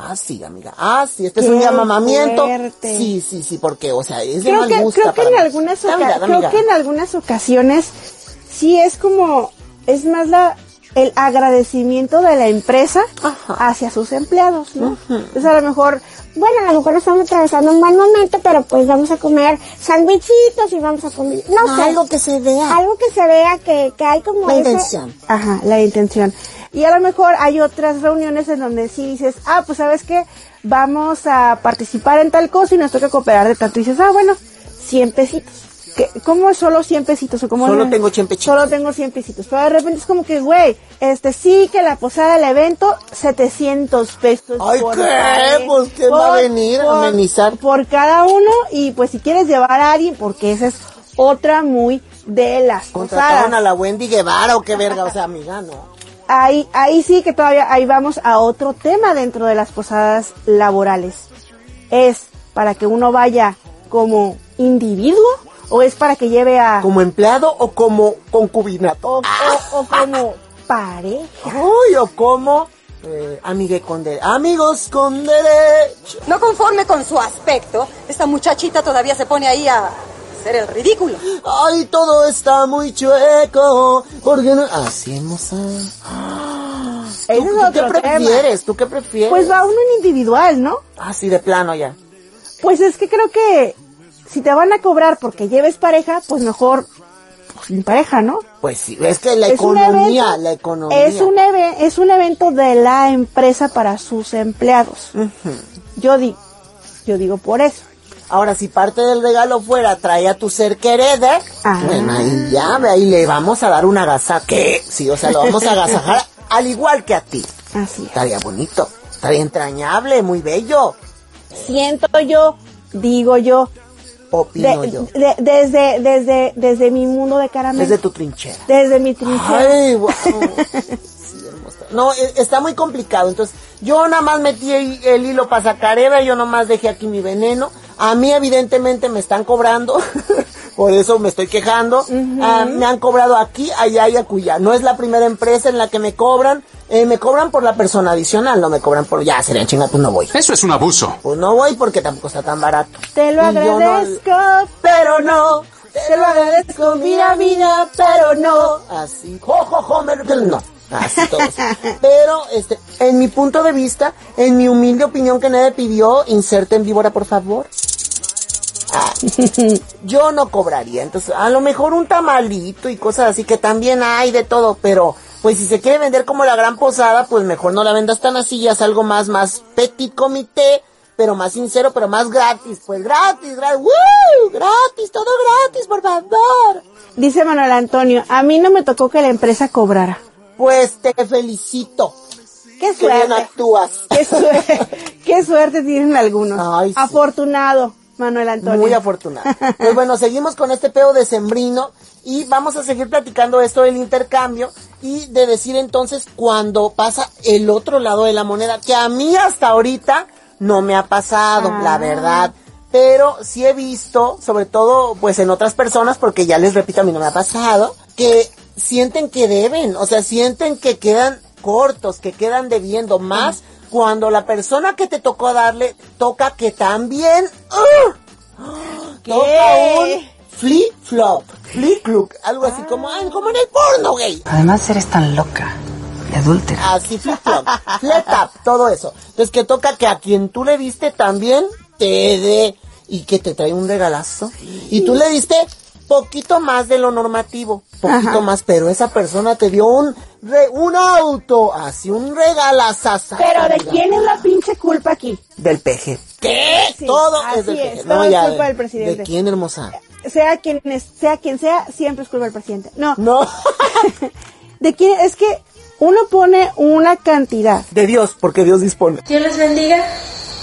Speaker 3: Ah, sí, amiga. Ah, sí, este es un
Speaker 2: Qué
Speaker 3: llamamiento.
Speaker 2: fuerte.
Speaker 3: Sí, sí, sí, porque, o sea, es de
Speaker 2: creo
Speaker 3: mal
Speaker 2: que,
Speaker 3: gusto
Speaker 2: creo que
Speaker 3: para
Speaker 2: en
Speaker 3: mí. Ah,
Speaker 2: algunas
Speaker 3: Navidad,
Speaker 2: oca- creo
Speaker 3: amiga.
Speaker 2: que en algunas ocasiones sí es como es más la el agradecimiento de la empresa hacia sus empleados, ¿no? Entonces a lo mejor,
Speaker 17: bueno, a lo mejor estamos atravesando un mal momento, pero pues vamos a comer sándwichitos y vamos a comer, no sé.
Speaker 2: Algo
Speaker 17: que se vea. Algo que se vea que, que hay como
Speaker 2: La
Speaker 17: ese-
Speaker 2: intención. Ajá, la intención. Y a lo mejor hay otras reuniones en donde sí dices, ah, pues sabes qué, vamos a participar en tal cosa y nos toca cooperar de tanto. Y dices, ah, bueno, 100 pesitos. ¿Qué- ¿Cómo solo 100 pesitos? ¿O cómo
Speaker 3: Solo tengo 100
Speaker 2: pesitos. Solo tengo 100 pesitos. Pero de repente es como que, güey, este sí que la posada del evento, 700 pesos.
Speaker 3: Ay,
Speaker 2: por
Speaker 3: ¿qué?
Speaker 2: padre.
Speaker 3: Pues, ¿quién va a venir a amenizar?
Speaker 2: Por cada uno y pues si quieres llevar a alguien, porque esa es otra muy de las
Speaker 3: Contrataron a
Speaker 2: posadas.
Speaker 3: la Wendy Guevara o qué verga, o sea, amiga, no.
Speaker 2: Ahí, ahí sí que todavía, ahí vamos a otro tema dentro de las posadas laborales. ¿Es para que uno vaya como individuo o es para que lleve a...
Speaker 3: ¿Como empleado o como concubinato?
Speaker 2: Ah, o, o como pareja.
Speaker 3: Uy, o como eh, amigue con de- amigos con derecho.
Speaker 18: No conforme con su aspecto, esta muchachita todavía se pone ahí a hacer el ridículo.
Speaker 3: Ay, todo está muy chueco. Porque no? Así hermosa.
Speaker 2: Ese es
Speaker 3: ¿Tú qué
Speaker 2: otro tema.
Speaker 3: prefieres? ¿Tú qué prefieres?
Speaker 2: Pues va uno en individual, ¿no?
Speaker 3: Así de plano ya.
Speaker 2: Pues es que creo que si te van a cobrar porque lleves pareja, pues mejor pues, sin pareja, ¿no?
Speaker 3: Pues sí, es que la
Speaker 2: Es un
Speaker 3: economía,
Speaker 2: evento-
Speaker 3: la economía.
Speaker 2: Es un, e- eve- es un evento de la empresa para sus empleados. Yo digo, yo digo por eso.
Speaker 3: Ahora, si parte del regalo fuera trae a tu ser querido,
Speaker 2: Ah.
Speaker 3: bueno, ahí ya, ve, ahí le vamos a dar una agasajo. ¿Qué? Sí, o sea, lo vamos a agasajar al igual que a ti.
Speaker 2: Así es.
Speaker 3: Estaría bonito, estaría entrañable, muy bello.
Speaker 2: Siento yo, digo yo.
Speaker 3: Opino
Speaker 2: de-
Speaker 3: yo.
Speaker 2: de- desde, desde, desde mi mundo de caramelo.
Speaker 3: Desde tu trinchera.
Speaker 2: Desde mi trinchera.
Speaker 3: Ay, guau. No, e- está muy complicado. Entonces, yo nada más metí ahí el hilo para sacar Eva, yo nomás dejé aquí mi veneno. A mí, evidentemente, me están cobrando. Por eso me estoy quejando. Ah, me han cobrado aquí, allá y acullá. No es la primera empresa en la que me cobran. Eh, me cobran por la persona adicional, no me cobran por... Ya, sería chinga, pues no voy.
Speaker 19: Eso es un abuso.
Speaker 3: Pues no voy porque tampoco está tan barato.
Speaker 2: Te lo
Speaker 3: Y yo no-
Speaker 2: agradezco, pero no. Te lo agradezco, mira, vida, pero no.
Speaker 3: Así, jo, jo, jo, me- no. Así todos. Pero, este, en mi punto de vista, en mi humilde opinión que nadie pidió, inserten víbora, por favor. Ah, yo no cobraría. Entonces, a lo mejor un tamalito y cosas así, que también hay de todo, pero, pues si se quiere vender como la gran posada, pues mejor no la vendas tan así, ya es algo más, más petit comité, pero más sincero, pero más gratis, pues gratis, gratis, ¡Woo! gratis, todo gratis, por favor.
Speaker 2: Dice Manuel Antonio, a mí no me tocó que la empresa cobrara.
Speaker 3: Pues te felicito.
Speaker 2: Qué
Speaker 3: Que bien
Speaker 2: suerte.
Speaker 3: actúas.
Speaker 2: Qué suerte, qué suerte tienen algunos. Afortunado, Manuel Antonio.
Speaker 3: Muy afortunado. Pues bueno, seguimos con este pedo de sembrino y vamos a seguir platicando esto del intercambio y de decir entonces cuando pasa el otro lado de la moneda, que a mí hasta ahorita no me ha pasado, la verdad. Pero sí he visto, sobre todo pues en otras personas, porque ya les repito, a mí no me ha pasado, que sienten que deben, o sea, sienten que quedan cortos, que quedan debiendo más cuando la persona que te tocó darle toca que también... ¡ah! Toca
Speaker 2: ¡Eh!
Speaker 3: un flip-flop, flip-cluck, algo así
Speaker 2: Ah.
Speaker 3: como, ay, como en el porno gay.
Speaker 8: Además, eres tan loca y adúltera.
Speaker 3: Así flip-flop, flat up, todo eso. Entonces que toca que a quien tú le diste también te dé y que te trae un regalazo. Y tú le diste poquito más de lo normativo, poquito
Speaker 2: Ajá.
Speaker 3: más, pero esa persona te dio un re- un auto, así un regalazazo.
Speaker 2: Pero ¿de quién es la pinche culpa aquí?
Speaker 3: Del peje. ¿Qué? todo
Speaker 2: así
Speaker 3: es del
Speaker 2: es,
Speaker 3: peje.
Speaker 2: todo es
Speaker 3: ya,
Speaker 2: culpa
Speaker 3: de-
Speaker 2: del presidente.
Speaker 3: ¿De quién, hermosa?
Speaker 2: Sea quien es- sea quien sea, siempre es culpa del presidente. No. No. ¿De quién? Es que uno pone una cantidad.
Speaker 3: De Dios, porque Dios dispone.
Speaker 20: Dios les bendiga,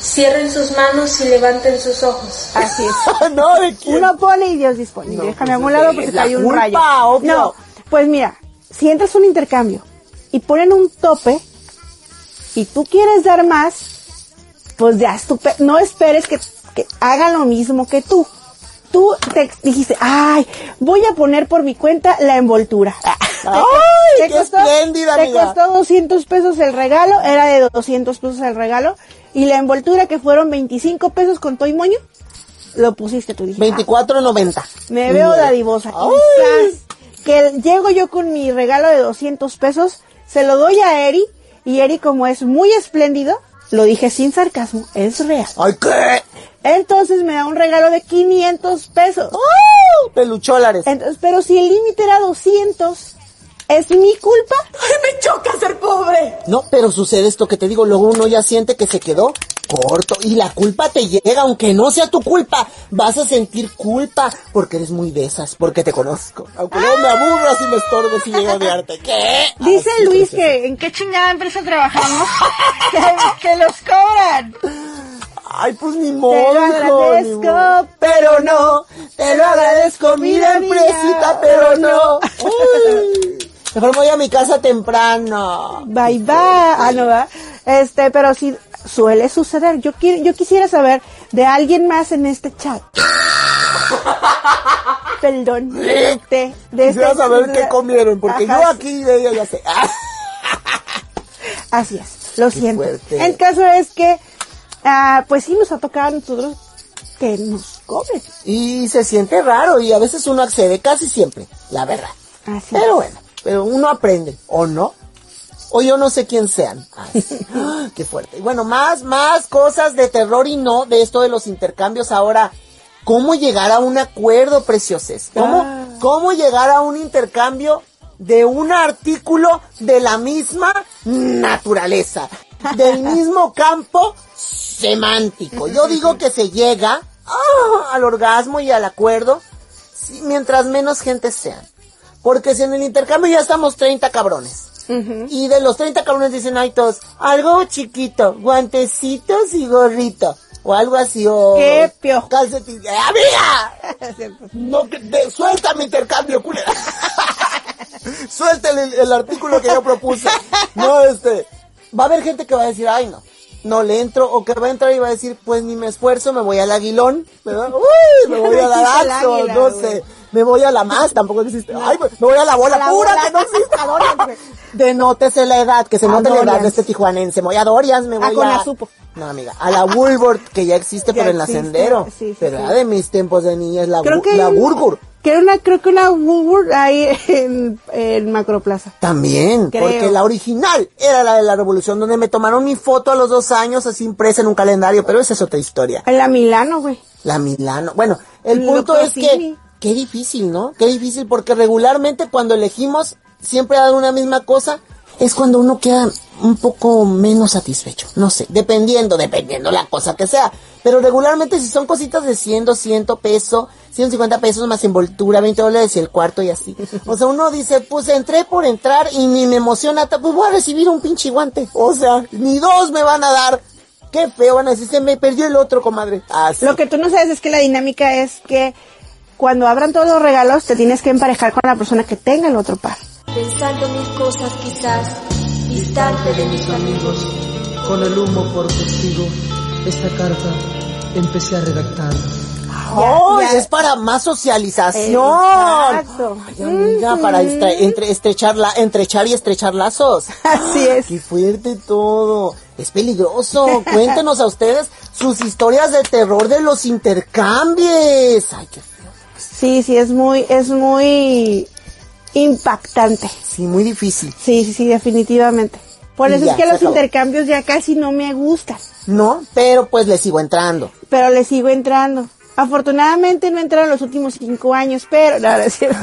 Speaker 20: cierren sus manos y levanten sus ojos.
Speaker 2: Así es.
Speaker 3: no, ¿de
Speaker 2: quién? Uno pone y Dios dispone.
Speaker 20: No,
Speaker 2: Déjame a
Speaker 20: pues,
Speaker 2: un lado
Speaker 20: es
Speaker 2: porque
Speaker 20: la
Speaker 2: hay un
Speaker 20: culpa,
Speaker 2: rayo.
Speaker 20: obvio.
Speaker 2: No, pues mira, si entras a un intercambio y ponen un tope y tú quieres dar más, pues ya estupe- no esperes que, que haga lo mismo que tú. Tú te dijiste, ay, voy a poner por mi cuenta la envoltura.
Speaker 3: ¡Ay, qué espléndida,
Speaker 2: te
Speaker 3: amiga!
Speaker 2: costó 200 pesos el regalo, era de 200 pesos el regalo, y la envoltura que fueron 25 pesos con toy moño, lo pusiste tú. Dije,
Speaker 3: 24.90.
Speaker 2: Me veo
Speaker 3: Nueve.
Speaker 2: dadivosa.
Speaker 3: Ay.
Speaker 2: Y ¡zas! que llego yo con mi regalo de 200 pesos, se lo doy a Eri, y Eri como es muy espléndido, lo dije sin sarcasmo, es real.
Speaker 3: ¡Ay, qué!
Speaker 2: Entonces me da un regalo de 500 pesos.
Speaker 3: ¡Oh! Pelucholares.
Speaker 2: Entonces, pero si el límite era 200, ¿es mi culpa?
Speaker 10: ¡Ay, me choca ser pobre!
Speaker 3: No, pero sucede esto que te digo, luego uno ya siente que se quedó corto y la culpa te llega, aunque no sea tu culpa, vas a sentir culpa porque eres muy de esas, porque te conozco. Aunque no me aburras y me estorbes y llego a odiarte. ¿Qué?
Speaker 2: Dice
Speaker 10: Ah,
Speaker 2: Así Luis que precioso. en qué chingada empresa trabajamos que, que los cobran.
Speaker 3: Ay, pues ni modo.
Speaker 2: Te lo agradezco,
Speaker 3: ni modo. pero no. Te lo agradezco, mira, empresita, pero no. Uy. Mejor me voy a mi casa temprano.
Speaker 2: Bye bye. Ah, no va. Este, pero sí suele suceder. Yo quiero, yo quisiera saber de alguien más en este chat. Perdón. De este,
Speaker 3: de quisiera este saber qué comieron, porque Ajá, yo aquí y ella ya sé. Ah.
Speaker 2: Así es. Lo qué siento. Fuerte. El caso es que Ah, pues sí nos ha tocado a nosotros que nos cobren.
Speaker 3: Y se siente raro y a veces uno accede casi siempre, la verdad. Así pero es. bueno, pero uno aprende, ¿o no? O yo no sé quién sean. Ay, Ah, qué fuerte. Y bueno, más, más cosas de terror y no de esto de los intercambios ahora. ¿Cómo llegar a un acuerdo, precioses? ¿Cómo, ah. ¿Cómo llegar a un intercambio de un artículo de la misma naturaleza? del mismo campo semántico. Yo digo que se llega oh, al orgasmo y al acuerdo si, mientras menos gente sean. Porque si en el intercambio ya estamos 30 cabrones. Uh -huh. Y de los 30 cabrones dicen, ay, todos, algo chiquito, guantecitos y gorrito. O algo así, o...
Speaker 2: ¡Qué pio!
Speaker 3: Calcetín. ¡Amiga! no, que te, suelta mi intercambio, culera. Suéltale el, el artículo que yo propuse. No, este va a haber gente que va a decir, ay no, no le entro, o que va a entrar y va a decir, pues ni me esfuerzo, me voy al aguilón, ¿verdad? Uy, me voy a la Daxo, águila, no sé, me voy a la más, tampoco existe, no. ay, me voy a la bola la pura, bola. que no existe. Adorian, Denótese la edad, que se note la edad de este tijuanense, me voy a Dorians, me voy
Speaker 2: a...
Speaker 3: a...
Speaker 2: Supo.
Speaker 3: No, amiga, a la Woolworth, que ya existe ya por el existe. Sendero, sí, sí, pero sí. de mis tiempos de niña es la,
Speaker 2: creo que
Speaker 3: la Burgur.
Speaker 2: Creo, una, creo que una Woolworth ahí en, en Macroplaza.
Speaker 3: También, creo. porque la original era la de la Revolución, donde me tomaron mi foto a los dos años así impresa en un calendario, pero esa es otra historia.
Speaker 2: La Milano, güey.
Speaker 3: La Milano. Bueno, el Lo punto es que qué difícil, ¿no? Qué difícil, porque regularmente cuando elegimos siempre dar una misma cosa, es cuando uno queda un poco menos satisfecho. No sé, dependiendo, dependiendo la cosa que sea. Pero regularmente si son cositas de 100, 200 pesos, 150 pesos más envoltura, 20 dólares y el cuarto y así. O sea, uno dice, pues entré por entrar y ni me emociona, pues voy a recibir un pinche guante. O sea, ni dos me van a dar. Qué feo, van a decir, se me perdió el otro, comadre. Así.
Speaker 2: Lo que tú no sabes es que la dinámica es que cuando abran todos los regalos te tienes que emparejar con la persona que tenga el otro par
Speaker 20: pensando mil cosas quizás, distante de mis amigos.
Speaker 19: Con el humo por testigo, esta carta empecé a redactar.
Speaker 3: ¡Oh! Ya, ya. Es para más socialización. Exacto. Ay, amiga, mm -hmm. para entre estrechar la entrechar y estrechar lazos.
Speaker 2: Así es.
Speaker 3: Qué fuerte todo. Es peligroso. Cuéntenos a ustedes sus historias de terror de los intercambios. Ay, qué feo.
Speaker 2: Sí, sí, es muy, es muy impactante.
Speaker 3: Sí, muy difícil.
Speaker 2: Sí, sí, sí, definitivamente. Por y eso ya, es que los acabó. intercambios ya casi no me gustan.
Speaker 3: No, pero pues le sigo entrando.
Speaker 2: Pero le sigo entrando. Afortunadamente no entraron los últimos cinco años, pero no, no es cierto.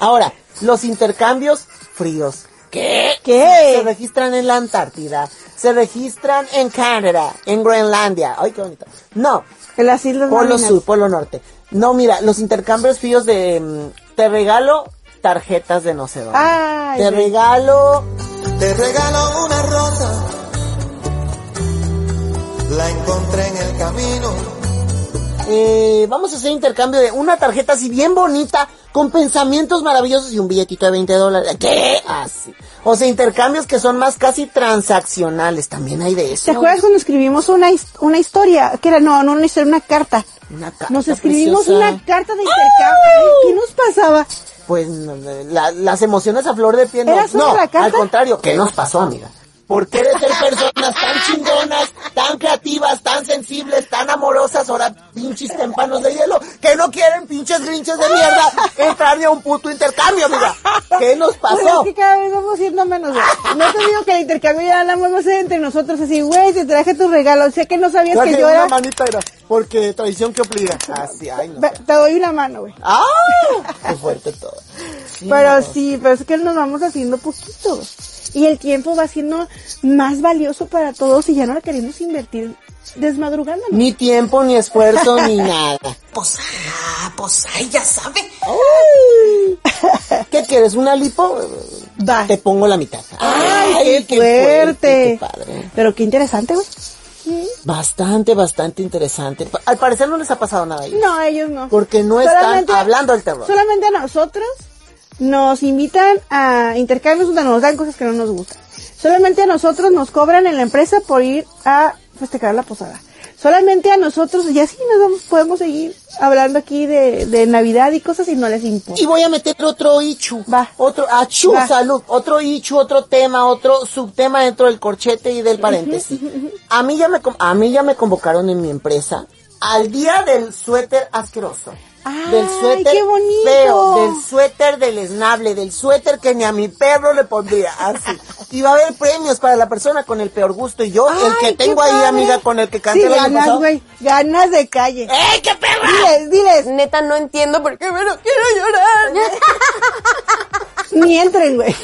Speaker 3: Ahora, los intercambios fríos. ¿Qué?
Speaker 2: ¿Qué?
Speaker 3: Se registran en la Antártida, se registran en Canadá, en Groenlandia. Ay, qué bonito. No.
Speaker 2: En las islas
Speaker 3: Polo Marinas. Sur, Polo Norte. No, mira, los intercambios fríos de mm, te regalo tarjetas de no sé dónde.
Speaker 2: Ay,
Speaker 3: te
Speaker 2: me...
Speaker 3: regalo.
Speaker 21: Te regalo una rosa. La encontré en el camino.
Speaker 3: Eh, vamos a hacer intercambio de una tarjeta así bien bonita, con pensamientos maravillosos y un billetito de 20 dólares. ¿Qué? Así. O sea, intercambios que son más casi transaccionales. También hay de eso.
Speaker 2: ¿Te acuerdas cuando escribimos una, una historia? Que era, no, no una historia, una carta.
Speaker 3: Una carta.
Speaker 2: Nos escribimos preciosa. una carta de intercambio. ¡Oh! ¿Qué nos pasaba?
Speaker 3: pues la, las emociones a flor de piel.
Speaker 2: ¿Era
Speaker 3: no,
Speaker 2: la carta?
Speaker 3: al contrario, ¿qué nos pasó, amiga? ¿Por qué de ser personas tan chingonas, tan creativas, tan sensibles, tan amorosas, ahora pinches tempanos de hielo, que no quieren pinches grinches de mierda entrar a un puto intercambio, mira? ¿Qué nos pasó?
Speaker 2: Pues es que cada vez vamos yendo menos, güey. No te digo que el intercambio ya hablamos más entre nosotros así, güey, te traje tu regalo, o sea que no sabías
Speaker 3: Traje
Speaker 2: que yo era...
Speaker 3: una manita era, porque traición que obliga. Así, ay, no.
Speaker 2: Ve, Te doy una mano, güey.
Speaker 3: ¡Ah! Qué fuerte todo. Sí,
Speaker 2: Pero
Speaker 3: no.
Speaker 2: sí, pero es que nos vamos haciendo poquitos. Y el tiempo va siendo más valioso para todos y ya no la queremos invertir desmadrugándonos.
Speaker 3: Ni tiempo, ni esfuerzo, ni nada.
Speaker 12: Pues, ah, pues, ay, ya sabe.
Speaker 3: Ay. ¿Qué quieres? ¿Una lipo?
Speaker 2: Va.
Speaker 3: Te pongo la mitad.
Speaker 2: ¡Ay, qué, fuerte!
Speaker 3: qué padre.
Speaker 2: Pero qué interesante, güey.
Speaker 3: Bastante, bastante interesante. Pa- Al parecer no les ha pasado nada ahí.
Speaker 2: No, ellos no.
Speaker 3: Porque no están
Speaker 2: Solamente-
Speaker 3: hablando del terror.
Speaker 2: Solamente a nosotros nos invitan a intercambios donde nos dan cosas que no nos gustan. Solamente a nosotros nos cobran en la empresa por ir a festejar la posada. Solamente a nosotros, y así nos vamos, podemos seguir hablando aquí de, de Navidad y cosas y no les importa.
Speaker 3: Y voy a meter otro ichu. Otro achú,
Speaker 2: Va.
Speaker 3: salud. Otro ichu, otro tema, otro subtema dentro del corchete y del paréntesis. A mí ya me, con- a mí ya me convocaron en mi empresa al día del suéter asqueroso. del suéter
Speaker 2: qué bonito!
Speaker 3: feo, del suéter del esnable, del suéter que ni a mi perro le pondría, así. Y va a haber premios para la persona con el peor gusto. Y yo, el
Speaker 2: Ay,
Speaker 3: que
Speaker 2: qué
Speaker 3: tengo ahí,
Speaker 2: padre.
Speaker 3: amiga, con el que
Speaker 2: Sí,
Speaker 3: canté el año
Speaker 2: ganas,
Speaker 3: pasado.
Speaker 2: güey. Ganas de calle.
Speaker 3: ¡Ey, qué perra!
Speaker 2: Diles, diles.
Speaker 7: Neta, no entiendo por qué, pero quiero llorar.
Speaker 2: Ni entren, güey.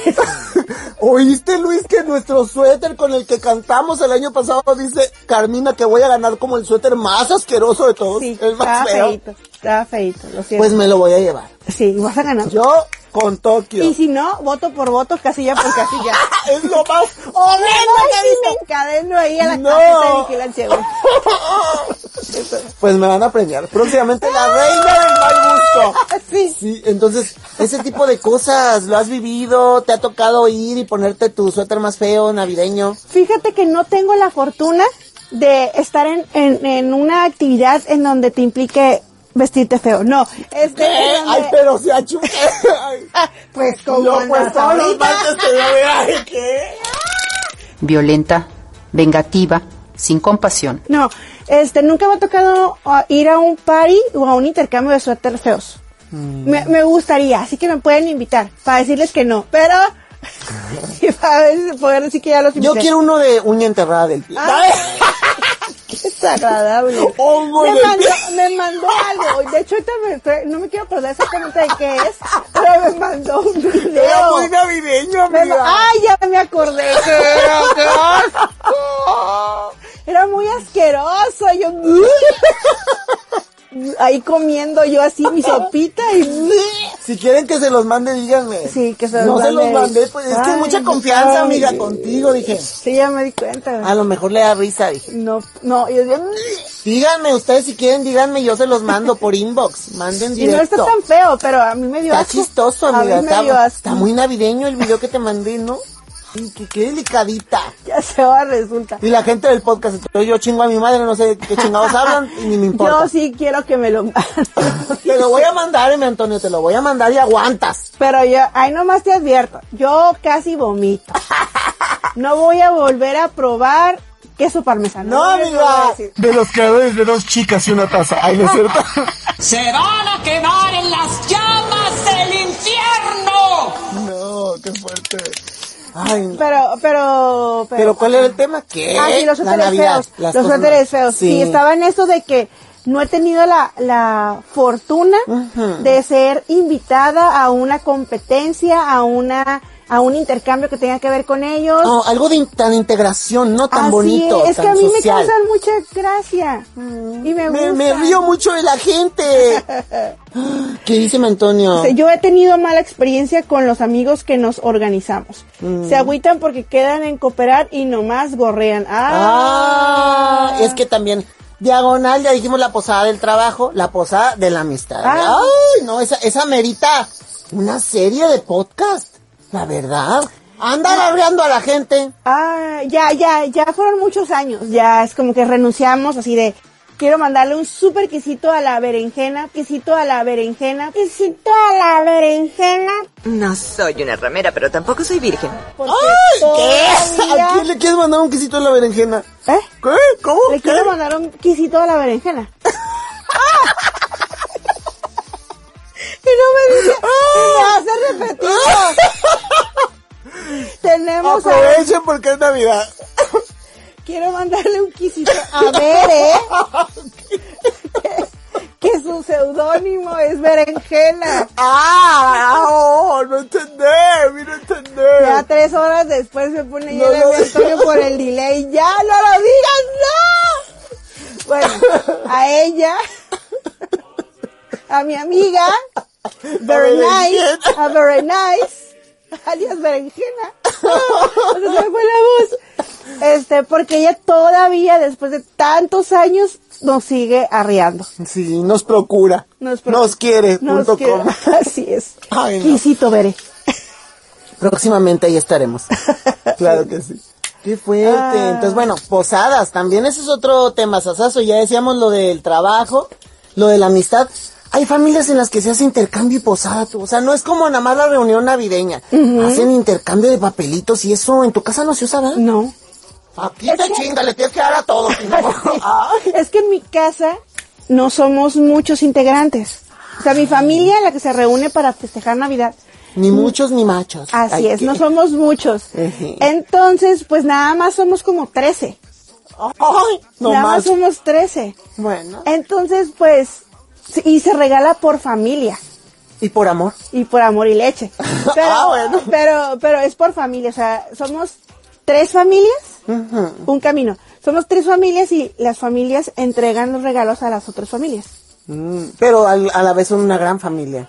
Speaker 3: ¿Oíste, Luis, que nuestro suéter con el que cantamos el año pasado dice, Carmina, que voy a ganar como el suéter más asqueroso de todos? el
Speaker 2: Estaba
Speaker 3: más feo.
Speaker 2: feito. Estaba feito, lo siento.
Speaker 3: Pues me lo voy a llevar.
Speaker 2: Sí, vas a ganar.
Speaker 3: Yo con Tokio.
Speaker 2: Y si no, voto por voto, casilla por casilla.
Speaker 3: es lo más horrendo
Speaker 2: Ay,
Speaker 3: que he
Speaker 2: sí
Speaker 3: visto.
Speaker 2: me encadeno ahí a la
Speaker 3: No.
Speaker 2: caseta de vigilancia, güey.
Speaker 3: Pues me van a premiar. Próximamente la reina del mal gusto. Sí. entonces, ese tipo de cosas lo has vivido, te ha tocado ir y ponerte tu suéter más feo, navideño.
Speaker 2: Fíjate que no tengo la fortuna de estar en, en, en una actividad en donde te implique vestirte feo. No, este,
Speaker 3: ¿Qué?
Speaker 2: en donde-
Speaker 3: Ay, pero se ha chupado.
Speaker 2: pues como
Speaker 3: No, pues
Speaker 2: andas
Speaker 3: todos los
Speaker 2: ahorita.
Speaker 3: martes te veo, ay, ¿qué?
Speaker 8: Violenta, vengativa, sin compasión.
Speaker 2: No, este, nunca me ha tocado uh, ir a un party o a un intercambio de suéter feos. Me, me gustaría, así que me pueden invitar para decirles que no, pero y para ver- poder decir que Ah, ya los
Speaker 3: Yo
Speaker 2: invité.
Speaker 3: quiero uno de uña enterrada del pie.
Speaker 2: Ay, qué desagradable.
Speaker 3: Hongo
Speaker 2: me,
Speaker 3: en el
Speaker 2: mandó,
Speaker 3: pie.
Speaker 2: me mandó algo. De hecho, ahorita me tra- no me quiero acordar exactamente de qué es, pero me mandó un video.
Speaker 3: Era muy navideño,
Speaker 2: Me ma-
Speaker 3: amiga.
Speaker 2: Ay, ya me acordé. que era, qué asco. Era muy asqueroso. Yo ahí comiendo yo así mi sopita y
Speaker 3: Si quieren que se los mande, díganme.
Speaker 2: sí que se
Speaker 3: no se los
Speaker 2: mande.
Speaker 3: mandé, pues es que
Speaker 2: Ay,
Speaker 3: mucha confianza,
Speaker 2: ay.
Speaker 3: amiga, contigo, dije.
Speaker 2: Sí, ya me di cuenta.
Speaker 3: A lo mejor le da risa, dije.
Speaker 2: No, no, yo digo,
Speaker 3: Díganme ustedes si quieren, díganme, yo se los mando por inbox, manden
Speaker 2: y no está
Speaker 3: directo.
Speaker 2: tan feo, pero a mí me dio
Speaker 3: Está
Speaker 2: asco.
Speaker 3: chistoso,
Speaker 2: A
Speaker 3: amiga.
Speaker 2: mí me dio
Speaker 3: Está,
Speaker 2: asco.
Speaker 3: está muy navideño el video que te mandé, ¿no? Y que qué delicadita.
Speaker 2: Ya se va, resulta.
Speaker 3: Y la gente del podcast, entonces yo chingo a mi madre, no sé de qué chingados hablan y ni me importa.
Speaker 2: Yo sí quiero que me lo manden.
Speaker 3: Te lo voy a mandar, mi Antonio, te lo voy a mandar y aguantas.
Speaker 2: Pero yo, ahí nomás te advierto, yo casi vomito. No voy a volver a probar queso parmesano.
Speaker 3: No,
Speaker 2: les voy a
Speaker 3: amiga.
Speaker 2: decir.
Speaker 3: De los creadores de dos chicas y una taza. Ay, no es cierto.
Speaker 5: Se van a quemar en las llamas del infierno.
Speaker 3: no, qué fuerte. Ay, no.
Speaker 2: Pero, pero,
Speaker 3: Pero ¿cuál era el tema? ¿Qué?
Speaker 2: Ah, sí, los
Speaker 3: Eh, La
Speaker 2: suéteres
Speaker 3: Navidad,
Speaker 2: feos.
Speaker 3: las
Speaker 2: Los
Speaker 3: cosas-
Speaker 2: suéteres feos. Sí.
Speaker 3: Sí.
Speaker 2: estaba en eso de que no he tenido la, la fortuna
Speaker 3: Ujú.
Speaker 2: de ser invitada a una competencia, a una, a un intercambio que tenga que ver con ellos.
Speaker 3: No, algo de in- tan integración, no Oh, tan
Speaker 2: Así
Speaker 3: bonito,
Speaker 2: es, es que
Speaker 3: tan
Speaker 2: a mí
Speaker 3: social. Mm.
Speaker 2: me causan mucha gracia. Y me,
Speaker 3: Me,
Speaker 2: gustan.
Speaker 3: me río mucho de la gente. ¿Qué dice mi Antonio?
Speaker 2: O sea, yo he tenido mala experiencia con los amigos que nos organizamos.
Speaker 3: Mm.
Speaker 2: Se agüitan porque quedan en cooperar y nomás gorrean. Ah,
Speaker 3: Ah, es que también diagonal ya dijimos la posada del trabajo, la posada de la amistad.
Speaker 2: Ah.
Speaker 3: Ay, no, esa, esa merita una serie de podcast, la verdad. Andar hableando a la gente.
Speaker 2: Ah, ya, ya, ya fueron muchos años. Ya es como que renunciamos así de, Quiero mandarle un súper quesito a la berenjena, quesito a la berenjena,
Speaker 17: quesito a la berenjena.
Speaker 4: No soy una ramera, pero tampoco soy virgen.
Speaker 2: Porque
Speaker 3: ¡Ay! ¿Qué?
Speaker 2: todavía-
Speaker 3: ¿A quién le quieres mandar un quesito a la berenjena?
Speaker 2: ¿Eh?
Speaker 3: ¿Qué? ¿Cómo?
Speaker 2: Le
Speaker 3: ¿Qué?
Speaker 2: quiero mandar un quesito a la berenjena. y no me dice,
Speaker 3: ¡Ah!
Speaker 2: me hace repetido. Tenemos a-
Speaker 3: Aprovechen porque es Navidad.
Speaker 2: Quiero mandarle un quesito a ver, ¿eh? que, que su seudónimo es berenjena.
Speaker 3: ¡Ah! ¡Oh! ¡No entendé! ¡Mira, entender!
Speaker 2: Ya tres horas después se pone
Speaker 3: No
Speaker 2: yo
Speaker 3: lo-
Speaker 2: el Antonio por el delay. ¡Ya no lo digas! ¡No! Bueno, a ella, a mi amiga, Very nice, a Very nice, alias Berenjena. O sea, se me fue la voz. Este, porque ella todavía, después de tantos años, nos sigue arriando.
Speaker 3: Sí, nos procura.
Speaker 2: Nos
Speaker 3: Nos,
Speaker 2: procura.
Speaker 3: quiere.
Speaker 2: Nos
Speaker 3: punto
Speaker 2: quiere.
Speaker 3: com.
Speaker 2: Así es.
Speaker 3: Ay, no.
Speaker 2: Quisito, Bere.
Speaker 3: Próximamente ahí estaremos. claro que sí. Qué fuerte.
Speaker 2: Ah.
Speaker 3: Entonces, bueno, posadas. También ese es otro tema, sasazo. Ya decíamos lo del trabajo, lo de la amistad. Hay familias en las que se hace intercambio y posada, tú. O sea, no es como nada más la reunión navideña.
Speaker 2: Ujú.
Speaker 3: Hacen intercambio de papelitos y eso en tu casa no se usa, ¿verdad?
Speaker 2: No.
Speaker 3: Aquí te chinga, le tienes que dar a todos. si no.
Speaker 2: Es que en mi casa no somos muchos integrantes. O sea, mi familia, la que se reúne para festejar Navidad.
Speaker 3: ni muchos ni machos.
Speaker 2: Mm. Así
Speaker 3: Ay,
Speaker 2: es,
Speaker 3: qué-
Speaker 2: no somos muchos.
Speaker 3: Ujú.
Speaker 2: Entonces, pues nada más somos como 13.
Speaker 3: Ay, no
Speaker 2: nada
Speaker 3: más.
Speaker 2: somos 13.
Speaker 3: Bueno.
Speaker 2: Entonces, pues, sí, y se regala por familia
Speaker 3: Y por amor.
Speaker 2: y por amor y leche. Pero,
Speaker 3: Ah, bueno.
Speaker 2: pero, pero es por familia, o sea, somos tres familias
Speaker 3: Ujú.
Speaker 2: un camino. Somos tres familias y las familias entregan los regalos a las otras familias.
Speaker 3: Mm, Pero al- a la vez son una gran familia.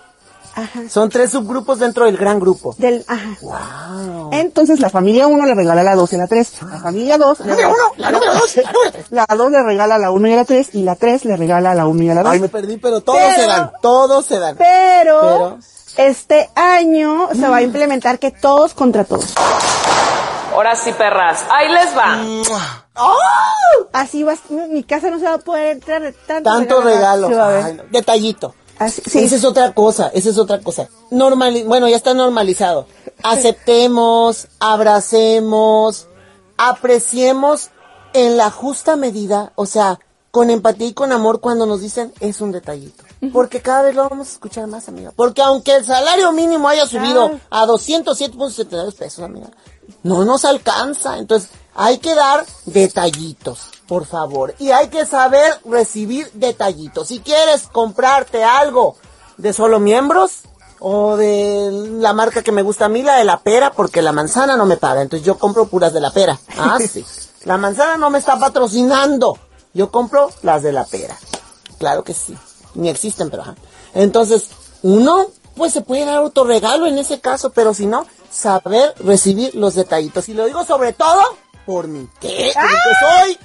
Speaker 2: Ajá.
Speaker 3: Son tres subgrupos dentro del gran grupo.
Speaker 2: Del, ajá.
Speaker 3: Wow.
Speaker 22: Entonces la familia 1 le regala la 2 y la 3. La familia 2 le regala
Speaker 3: Ah. la número dos, la número tres.
Speaker 22: la 2 le regala la 1 y la 3 y la 3 le regala la 1 y la 2.
Speaker 3: Ay, me perdí, pero todos
Speaker 2: Pero-
Speaker 3: se dan, todos se dan.
Speaker 2: Pero, este año se
Speaker 3: Mm.
Speaker 2: va a implementar que todos contra todos.
Speaker 11: Ahora sí, perras. Ahí les va.
Speaker 2: Así va, mi casa no se va a poder entrar de tanto,
Speaker 3: Tanto regalo.
Speaker 2: que va a haber.
Speaker 3: Ay, no. Detallito.
Speaker 2: Así- sí.
Speaker 3: Esa es otra cosa, esa es otra cosa. Normali bueno, ya está normalizado. Aceptemos, abracemos, apreciemos en la justa medida, o sea, con empatía y con amor cuando nos dicen es un detallito. Porque cada vez lo vamos a escuchar más, amiga. Porque aunque el salario mínimo haya subido
Speaker 2: Claro.
Speaker 3: a 207.72 pesos, amiga, no nos alcanza. Entonces, hay que dar detallitos, por favor. Y hay que saber recibir detallitos. Si quieres comprarte algo de solo miembros o de la marca que me gusta a mí, la de la pera, porque la manzana no me paga. Entonces, yo compro puras de la pera. Ah, sí. La manzana no me está patrocinando. Yo compro las de la pera. Claro que sí. Ni existen, pero ajá. Entonces, uno, pues se puede dar autorregalo en ese caso, pero si no, saber recibir los detallitos. Y lo digo sobre todo por mi que, por mi
Speaker 2: ¡Ah!
Speaker 3: que soy.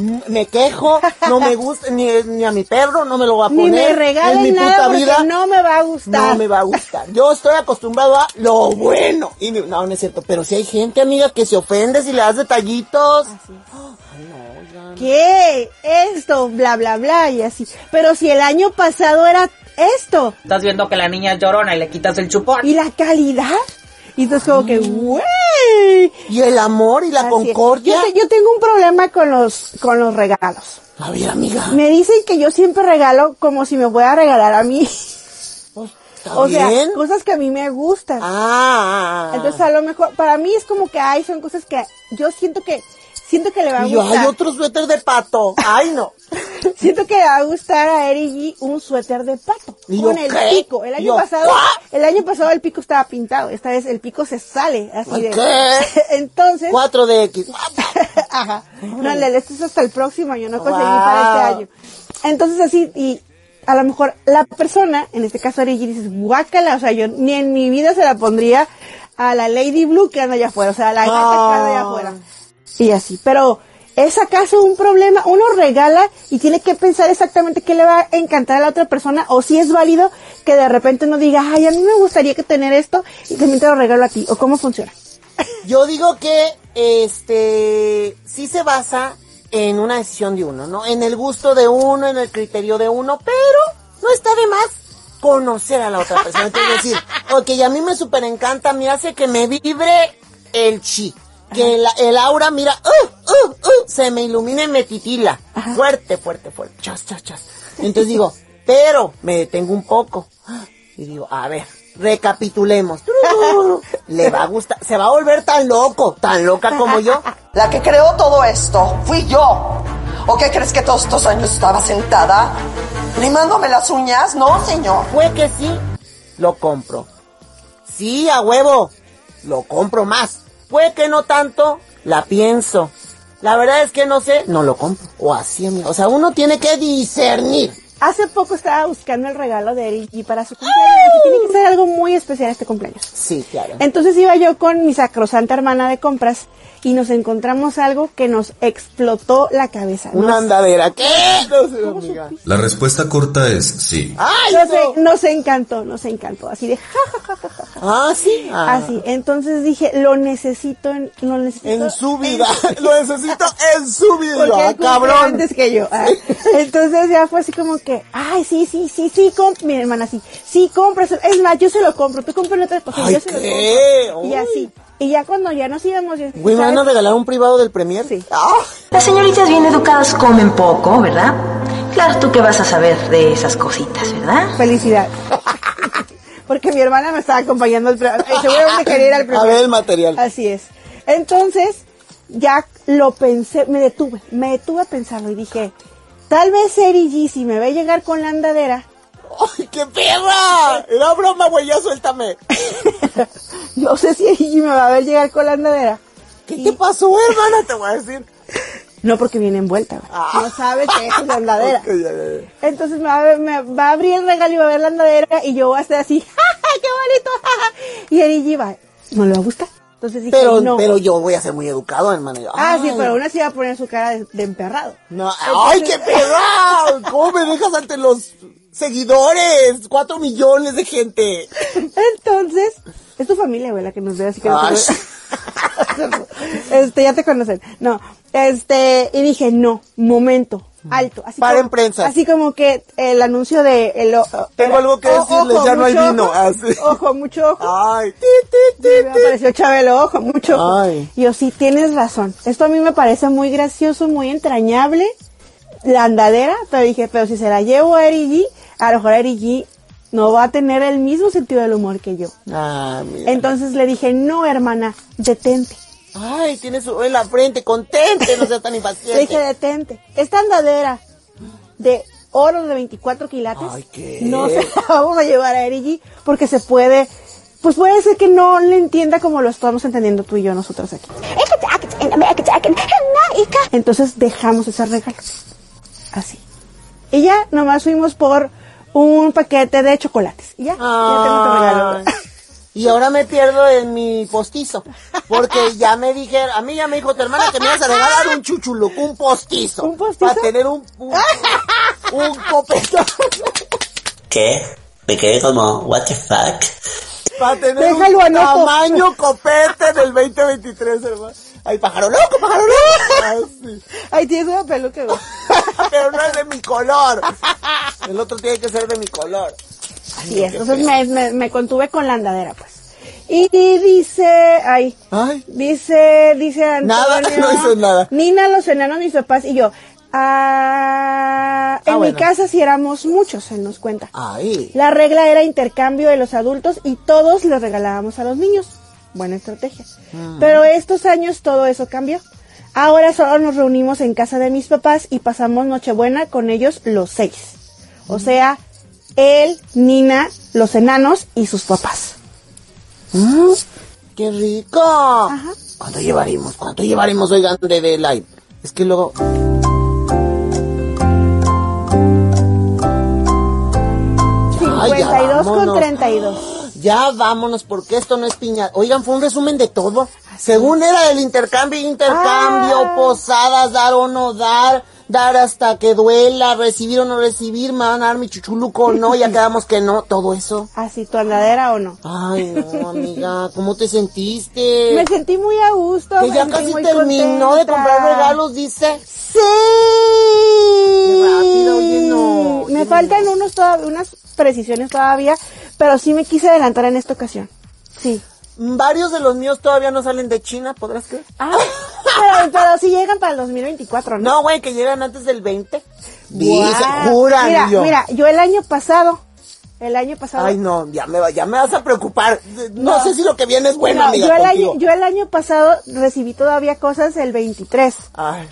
Speaker 3: m- Me quejo, no me gusta, ni, ni a mi perro, no me lo va a
Speaker 2: Ni
Speaker 3: poner.
Speaker 2: me
Speaker 3: en mi
Speaker 2: regalen
Speaker 3: puta
Speaker 2: nada porque
Speaker 3: vida
Speaker 2: no me va a gustar.
Speaker 3: no me va a gustar. Yo estoy acostumbrado a lo bueno. Y ni- no, no es cierto. Pero si hay gente, amiga, que se ofende si le das detallitos.
Speaker 2: ¿Qué? Esto, bla, bla, bla, y así. Pero si el año pasado era esto,
Speaker 11: Estás viendo que la niña es llorona y le quitas el chupón.
Speaker 2: y la calidad, y entonces como que, güey.
Speaker 3: Y el amor y la
Speaker 2: Así es.
Speaker 3: concordia.
Speaker 2: Yo, te- yo tengo un problema con los, con los regalos.
Speaker 3: A ver, amiga.
Speaker 2: Me dicen que yo siempre regalo como si me fuera a regalar a mí.
Speaker 3: ¿Está
Speaker 2: O sea,
Speaker 3: bien?
Speaker 2: cosas que a mí me gustan.
Speaker 3: Ah.
Speaker 2: Entonces a lo mejor, para mí es como que, ay, son cosas que yo siento que, siento que le va a
Speaker 3: Y yo,
Speaker 2: gustar.
Speaker 3: hay otro suéter de pato. Ay, no.
Speaker 2: Siento que le va a gustar a Eri G un suéter de pato.
Speaker 3: Y yo,
Speaker 2: Con el
Speaker 3: ¿qué?
Speaker 2: pico. El
Speaker 3: Y
Speaker 2: año
Speaker 3: yo,
Speaker 2: pasado,
Speaker 3: ¿cuá?
Speaker 2: el año pasado el pico estaba pintado. Esta vez el pico se sale así de.
Speaker 3: ¿Qué?
Speaker 2: Entonces,
Speaker 3: 4 de X.
Speaker 2: ajá. No, le esto es hasta el próximo año, no conseguí
Speaker 3: Wow.
Speaker 2: para este año. Entonces así, y a lo mejor la persona, en este caso Eri G, dices, guácala, o sea, yo ni en mi vida se la pondría a la Lady Blue que anda allá afuera, o sea, a la gata que anda allá afuera. Y así, pero ¿es acaso un problema? Uno regala y tiene que pensar exactamente qué le va a encantar a la otra persona o si es válido que de repente uno diga, ay, a mí me gustaría que tener esto y también te lo regalo a ti, o cómo funciona.
Speaker 3: Yo digo que, este, sí se basa en una decisión de uno, ¿no? En el gusto de uno, en el criterio de uno, pero no está de más conocer a la otra persona. Entonces decir, ok, a mí me super encanta, me hace que me vibre el chi. Que el, el aura, mira, uh, uh, uh, se me ilumina y me titila. Fuerte, fuerte, fuerte. Chas, chas, chas. Entonces digo, pero me detengo un poco. Y digo, a ver, recapitulemos. Le va a gustar, se va a volver tan loco, tan loca como yo.
Speaker 1: La que creó todo esto fui yo. ¿O qué crees que todos estos años estaba sentada? ¿Limándome las uñas? No, señor.
Speaker 3: Fue que sí, lo compro. Sí, a huevo, lo compro más. Fue que no tanto, la pienso. La verdad es que no sé, no lo compro. O así, amigo. O sea, uno tiene que discernir.
Speaker 2: Hace poco estaba buscando el regalo de Eriki para su cumpleaños, que tiene que ser algo muy especial este cumpleaños.
Speaker 3: Sí, claro.
Speaker 2: Entonces iba yo con mi sacrosanta hermana de compras y nos encontramos algo que nos explotó la cabeza.
Speaker 3: Una
Speaker 2: nos-
Speaker 3: andadera. ¿Qué? No sé, amiga.
Speaker 6: La respuesta corta es sí.
Speaker 3: ¡Ay,
Speaker 2: nos,
Speaker 3: no!
Speaker 2: en- nos encantó, nos encantó. Así de ja, ja, ja, ja, ja, ja.
Speaker 3: Ah, sí. Ah.
Speaker 2: Así. Entonces dije, lo necesito en, lo necesito.
Speaker 3: En su vida. lo necesito en su
Speaker 2: Porque él
Speaker 3: vida,
Speaker 2: cumplió
Speaker 3: Ah, cabrón.
Speaker 2: antes que yo. ah. Entonces ya fue así como que, ay, sí, sí, sí, sí, comp mi hermana así, sí, compras, es más, yo se lo compro, tú compras otra porque
Speaker 3: Ay,
Speaker 2: yo se
Speaker 3: ¿qué?
Speaker 2: lo compro. Y
Speaker 3: Uy.
Speaker 2: así. Y ya cuando ya nos íbamos, yo,
Speaker 3: Güey, ¿me
Speaker 2: ¿sabes?
Speaker 3: van a regalar un privado del Premier? Ah. Sí.
Speaker 23: Las señoritas bien educadas comen poco, ¿verdad? Claro, tú qué vas a saber de esas cositas, ¿verdad?
Speaker 2: Felicidad. porque mi hermana me estaba acompañando al pre- eh, seguramente quería ir al
Speaker 3: A
Speaker 2: primer.
Speaker 3: ver el material.
Speaker 2: Así es. Entonces, ya lo pensé, me detuve, me detuve a pensarlo y dije, tal vez Eri G, si me ve llegar con la andadera,
Speaker 3: ¡Ay, qué perra! Era broma, güey, ya suéltame.
Speaker 2: no sé si Eri G me va a ver llegar con la andadera.
Speaker 3: ¿Qué te pasó, hermana? Te voy a decir. Ah.
Speaker 2: No, porque viene envuelta, güey. No sabe que es la andadera.
Speaker 3: Ok, ya, ya, ya.
Speaker 2: Entonces me va, a ver- me va a abrir el regalo y va a ver la andadera y yo voy a estar así, ¡Ja, ja, qué bonito! ja, ja! Y Eri G va, ¿no le va a gustar? Entonces dije,
Speaker 3: Pero,
Speaker 2: no.
Speaker 3: pero yo voy a ser muy educado, hermano. Yo,
Speaker 2: Ah, sí,
Speaker 3: ay,
Speaker 2: pero aún así va a poner su cara de, de emperrado.
Speaker 3: No, ¡Ay, qué perra! ¿Cómo me dejas ante los seguidores? Cuatro millones de gente.
Speaker 2: Entonces, es tu familia, güey, la que nos ve así que... no te
Speaker 3: Ay.
Speaker 2: ve. este, ya te conocen. No, este, y dije, no, momento, alto. Así
Speaker 3: Paren
Speaker 2: como-
Speaker 3: prensa.
Speaker 2: Así como que el anuncio de... el o- o-
Speaker 3: Ah, Tengo algo que
Speaker 2: o-
Speaker 3: decirles,
Speaker 2: ojo,
Speaker 3: ya no hay
Speaker 2: mucho
Speaker 3: vino. Ah,
Speaker 2: ojo,
Speaker 3: Así.
Speaker 2: Ojo, mucho ojo.
Speaker 3: Ay,
Speaker 2: Y me apareció Chabelo, ojo, mucho ojo.
Speaker 3: Ay.
Speaker 2: Y Yo, sí, tienes razón. Esto a mí me parece muy gracioso, muy entrañable. La andadera, pero dije, pero si se la llevo a Eri G, a lo mejor Eri G no va a tener el mismo sentido del humor que yo.
Speaker 3: Ah, mira.
Speaker 2: Entonces le dije, no, hermana, detente.
Speaker 3: Ay, tiene su en la frente, contente, no sea tan
Speaker 2: Le dije,
Speaker 3: impaciente.
Speaker 2: detente. Esta andadera de oro de 24 quilates,
Speaker 3: Ay, qué.
Speaker 2: no se la vamos a llevar a Eri G porque se puede, pues puede ser que no le entienda como lo estamos entendiendo tú y yo nosotros aquí. Entonces dejamos ese regalo. Así. Y ya nomás fuimos por un paquete de chocolates. Y ya, ya tengo tu regalo.
Speaker 3: Ay. Y ahora me pierdo en mi postizo. Porque ya me dijeron, a mí ya me dijo tu hermana que me ibas a regalar un chuchulo, un postizo. ¿Un postizo? Para tener un, un, un copetón.
Speaker 24: ¿Qué? Me quedé como, what the fuck?
Speaker 3: Para tener
Speaker 2: Déjalo
Speaker 3: un
Speaker 2: anoto.
Speaker 3: tamaño copete del 2023, hermano. Ay, pájaro loco, pájaro loco. Ay, sí.
Speaker 2: Ahí tienes una peluca, güey.
Speaker 3: Pero no es de mi color. El otro tiene que ser de mi color.
Speaker 2: Así es. Entonces me, me- me contuve con la andadera, pues. Y dice, ay, dice, dice
Speaker 3: Nada,
Speaker 2: Antonio,
Speaker 3: no hizo nada.
Speaker 2: Nina, los enanos, mis papás y yo. Ah, en
Speaker 3: bueno.
Speaker 2: mi casa sí éramos muchos, él nos cuenta.
Speaker 3: Ay.
Speaker 2: La regla era intercambio de los adultos y todos le regalábamos a los niños. Buena estrategia.
Speaker 3: Ah.
Speaker 2: Pero estos años todo eso cambió. Ahora solo nos reunimos en casa de mis papás y pasamos Nochebuena con ellos los seis. O sea, él, Nina, los enanos y sus papás.
Speaker 3: Mm, ¡Qué rico! ¿Cuánto llevaremos? ¿Cuánto llevaremos, oigan, de, de live? Es que luego... Ay, ya
Speaker 2: 52 con
Speaker 3: vámonos.
Speaker 2: 32.
Speaker 3: Ya vámonos, porque esto no es piña. Oigan, fue un resumen de todo. Según era el intercambio, intercambio,
Speaker 2: Ah.
Speaker 3: posadas, dar o no dar, dar hasta que duela, recibir o no recibir, me van a dar mi chuchuluco o no, ya quedamos que no, todo eso.
Speaker 2: Así, tu andadera o no.
Speaker 3: Ay, no, amiga, ¿cómo te sentiste?
Speaker 2: Me sentí muy a gusto.
Speaker 3: Que
Speaker 2: me
Speaker 3: Eh, pues ya
Speaker 2: sentí
Speaker 3: casi
Speaker 2: muy
Speaker 3: terminó de
Speaker 2: contenta.
Speaker 3: comprar regalos, dice.
Speaker 2: ¡Sí!
Speaker 3: Qué rápido, oye, no.
Speaker 2: Me faltan unos todav- unas precisiones todavía, pero sí me quise adelantar en esta ocasión. Sí.
Speaker 3: Varios de los míos todavía no salen de China, ¿podrás creer?
Speaker 2: Pero, pero sí llegan para el 2024, ¿no?
Speaker 3: No, güey, que llegan antes del 20.
Speaker 2: Guau.
Speaker 3: Dice, juran
Speaker 2: mira,
Speaker 3: yo.
Speaker 2: mira, yo el año pasado, el año pasado.
Speaker 3: Ay, no, ya me, va- ya me vas a preocupar. No,
Speaker 2: No.
Speaker 3: sé si lo que viene es bueno,
Speaker 2: No,
Speaker 3: amiga,
Speaker 2: yo, el
Speaker 3: contigo.
Speaker 2: año, yo el año pasado recibí todavía cosas el 23.
Speaker 3: Ay.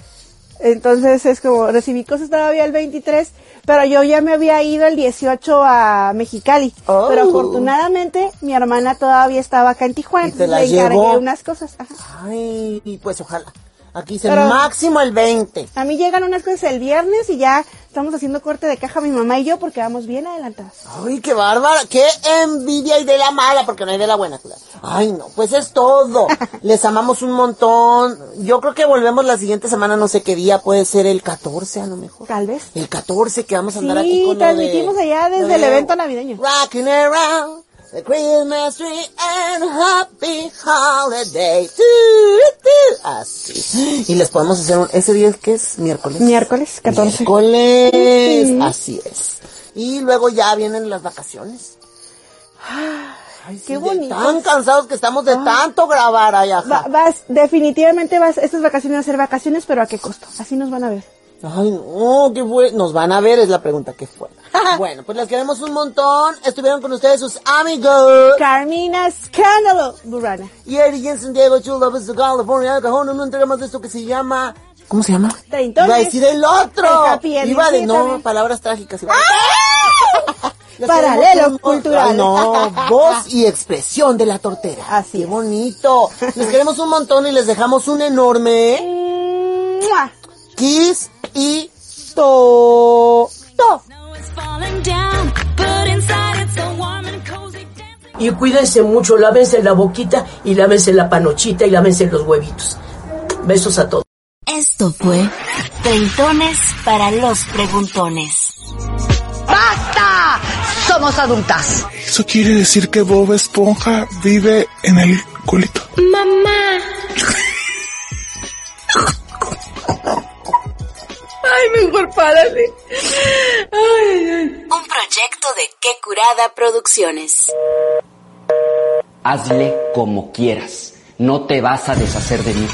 Speaker 2: Entonces es como, recibí cosas todavía el 23, pero yo ya me había ido el 18 a Mexicali. Pero
Speaker 3: Oh.
Speaker 2: afortunadamente mi hermana todavía estaba acá en Tijuana.
Speaker 3: Y te la
Speaker 2: entonces le encargué
Speaker 3: llevó.
Speaker 2: unas cosas. Ajá.
Speaker 3: Ay, y pues ojalá. Aquí dice
Speaker 2: Pero-
Speaker 3: máximo el 20.
Speaker 2: A mí llegan unas cosas el viernes y ya estamos haciendo corte de caja mi mamá y yo porque vamos bien adelantadas.
Speaker 3: Ay, qué bárbara, qué envidia y de la mala, porque no hay de la buena. claro. Ay, no, pues es todo. Les amamos un montón. Yo creo que volvemos la siguiente semana, no sé qué día, puede ser el 14 a lo mejor.
Speaker 2: Tal vez.
Speaker 3: El 14 que vamos a andar aquí
Speaker 2: Sí,
Speaker 3: con lo de-
Speaker 2: transmitimos allá
Speaker 3: lo
Speaker 2: desde
Speaker 3: de
Speaker 2: el evento navideño.
Speaker 3: Rocking around the Christmas tree and happy holiday. Tú, tú. Así. Y les podemos hacer un, ese día que es miércoles.
Speaker 2: Miércoles, 14.
Speaker 3: Miércoles. Así es. Y luego ya vienen las vacaciones. Ay, sí,
Speaker 2: qué
Speaker 3: de
Speaker 2: bonito. Ah.
Speaker 3: Tan cansados que estamos de tanto grabar ay, ajá.
Speaker 2: Va- vas, definitivamente vas, estas vacaciones van a ser vacaciones, pero ¿a qué costo? Así nos van a ver.
Speaker 3: Ay, no, qué bueno. Nos van a ver, es la pregunta que fue. bueno, pues las queremos un montón. Estuvieron con ustedes sus amigos.
Speaker 2: Carmina Escándalo Burana.
Speaker 3: Y Eddie Jensen Diego, Two Lovers de California, cajón, no entrega más de esto que se llama. ¿Cómo se llama?
Speaker 2: Treintones.
Speaker 3: Iba a decir el otro.
Speaker 2: El happy ending,
Speaker 3: Iba de
Speaker 2: sí,
Speaker 3: no,
Speaker 2: también.
Speaker 3: palabras trágicas. iba a- Los
Speaker 2: Paralelo
Speaker 3: queremos un-
Speaker 2: cultural.
Speaker 3: Ay, no, voz y expresión de la tortera. Así. Qué bonito. Les queremos un montón y les dejamos un enorme
Speaker 2: ¡Mua!
Speaker 3: kiss y to. to.
Speaker 19: Y cuídense mucho, lávense la boquita y lávense la panochita y lávense los huevitos. Besos a todos.
Speaker 9: Esto fue Treintones para los Preguntones.
Speaker 13: ¡Basta! Somos adultas.
Speaker 14: Eso quiere decir que Bob Esponja vive en el culito.
Speaker 13: Mamá.
Speaker 9: Ay, mejor párale. Un proyecto de Qué Curada Producciones.
Speaker 15: Hazle como quieras. No te vas a deshacer de mí.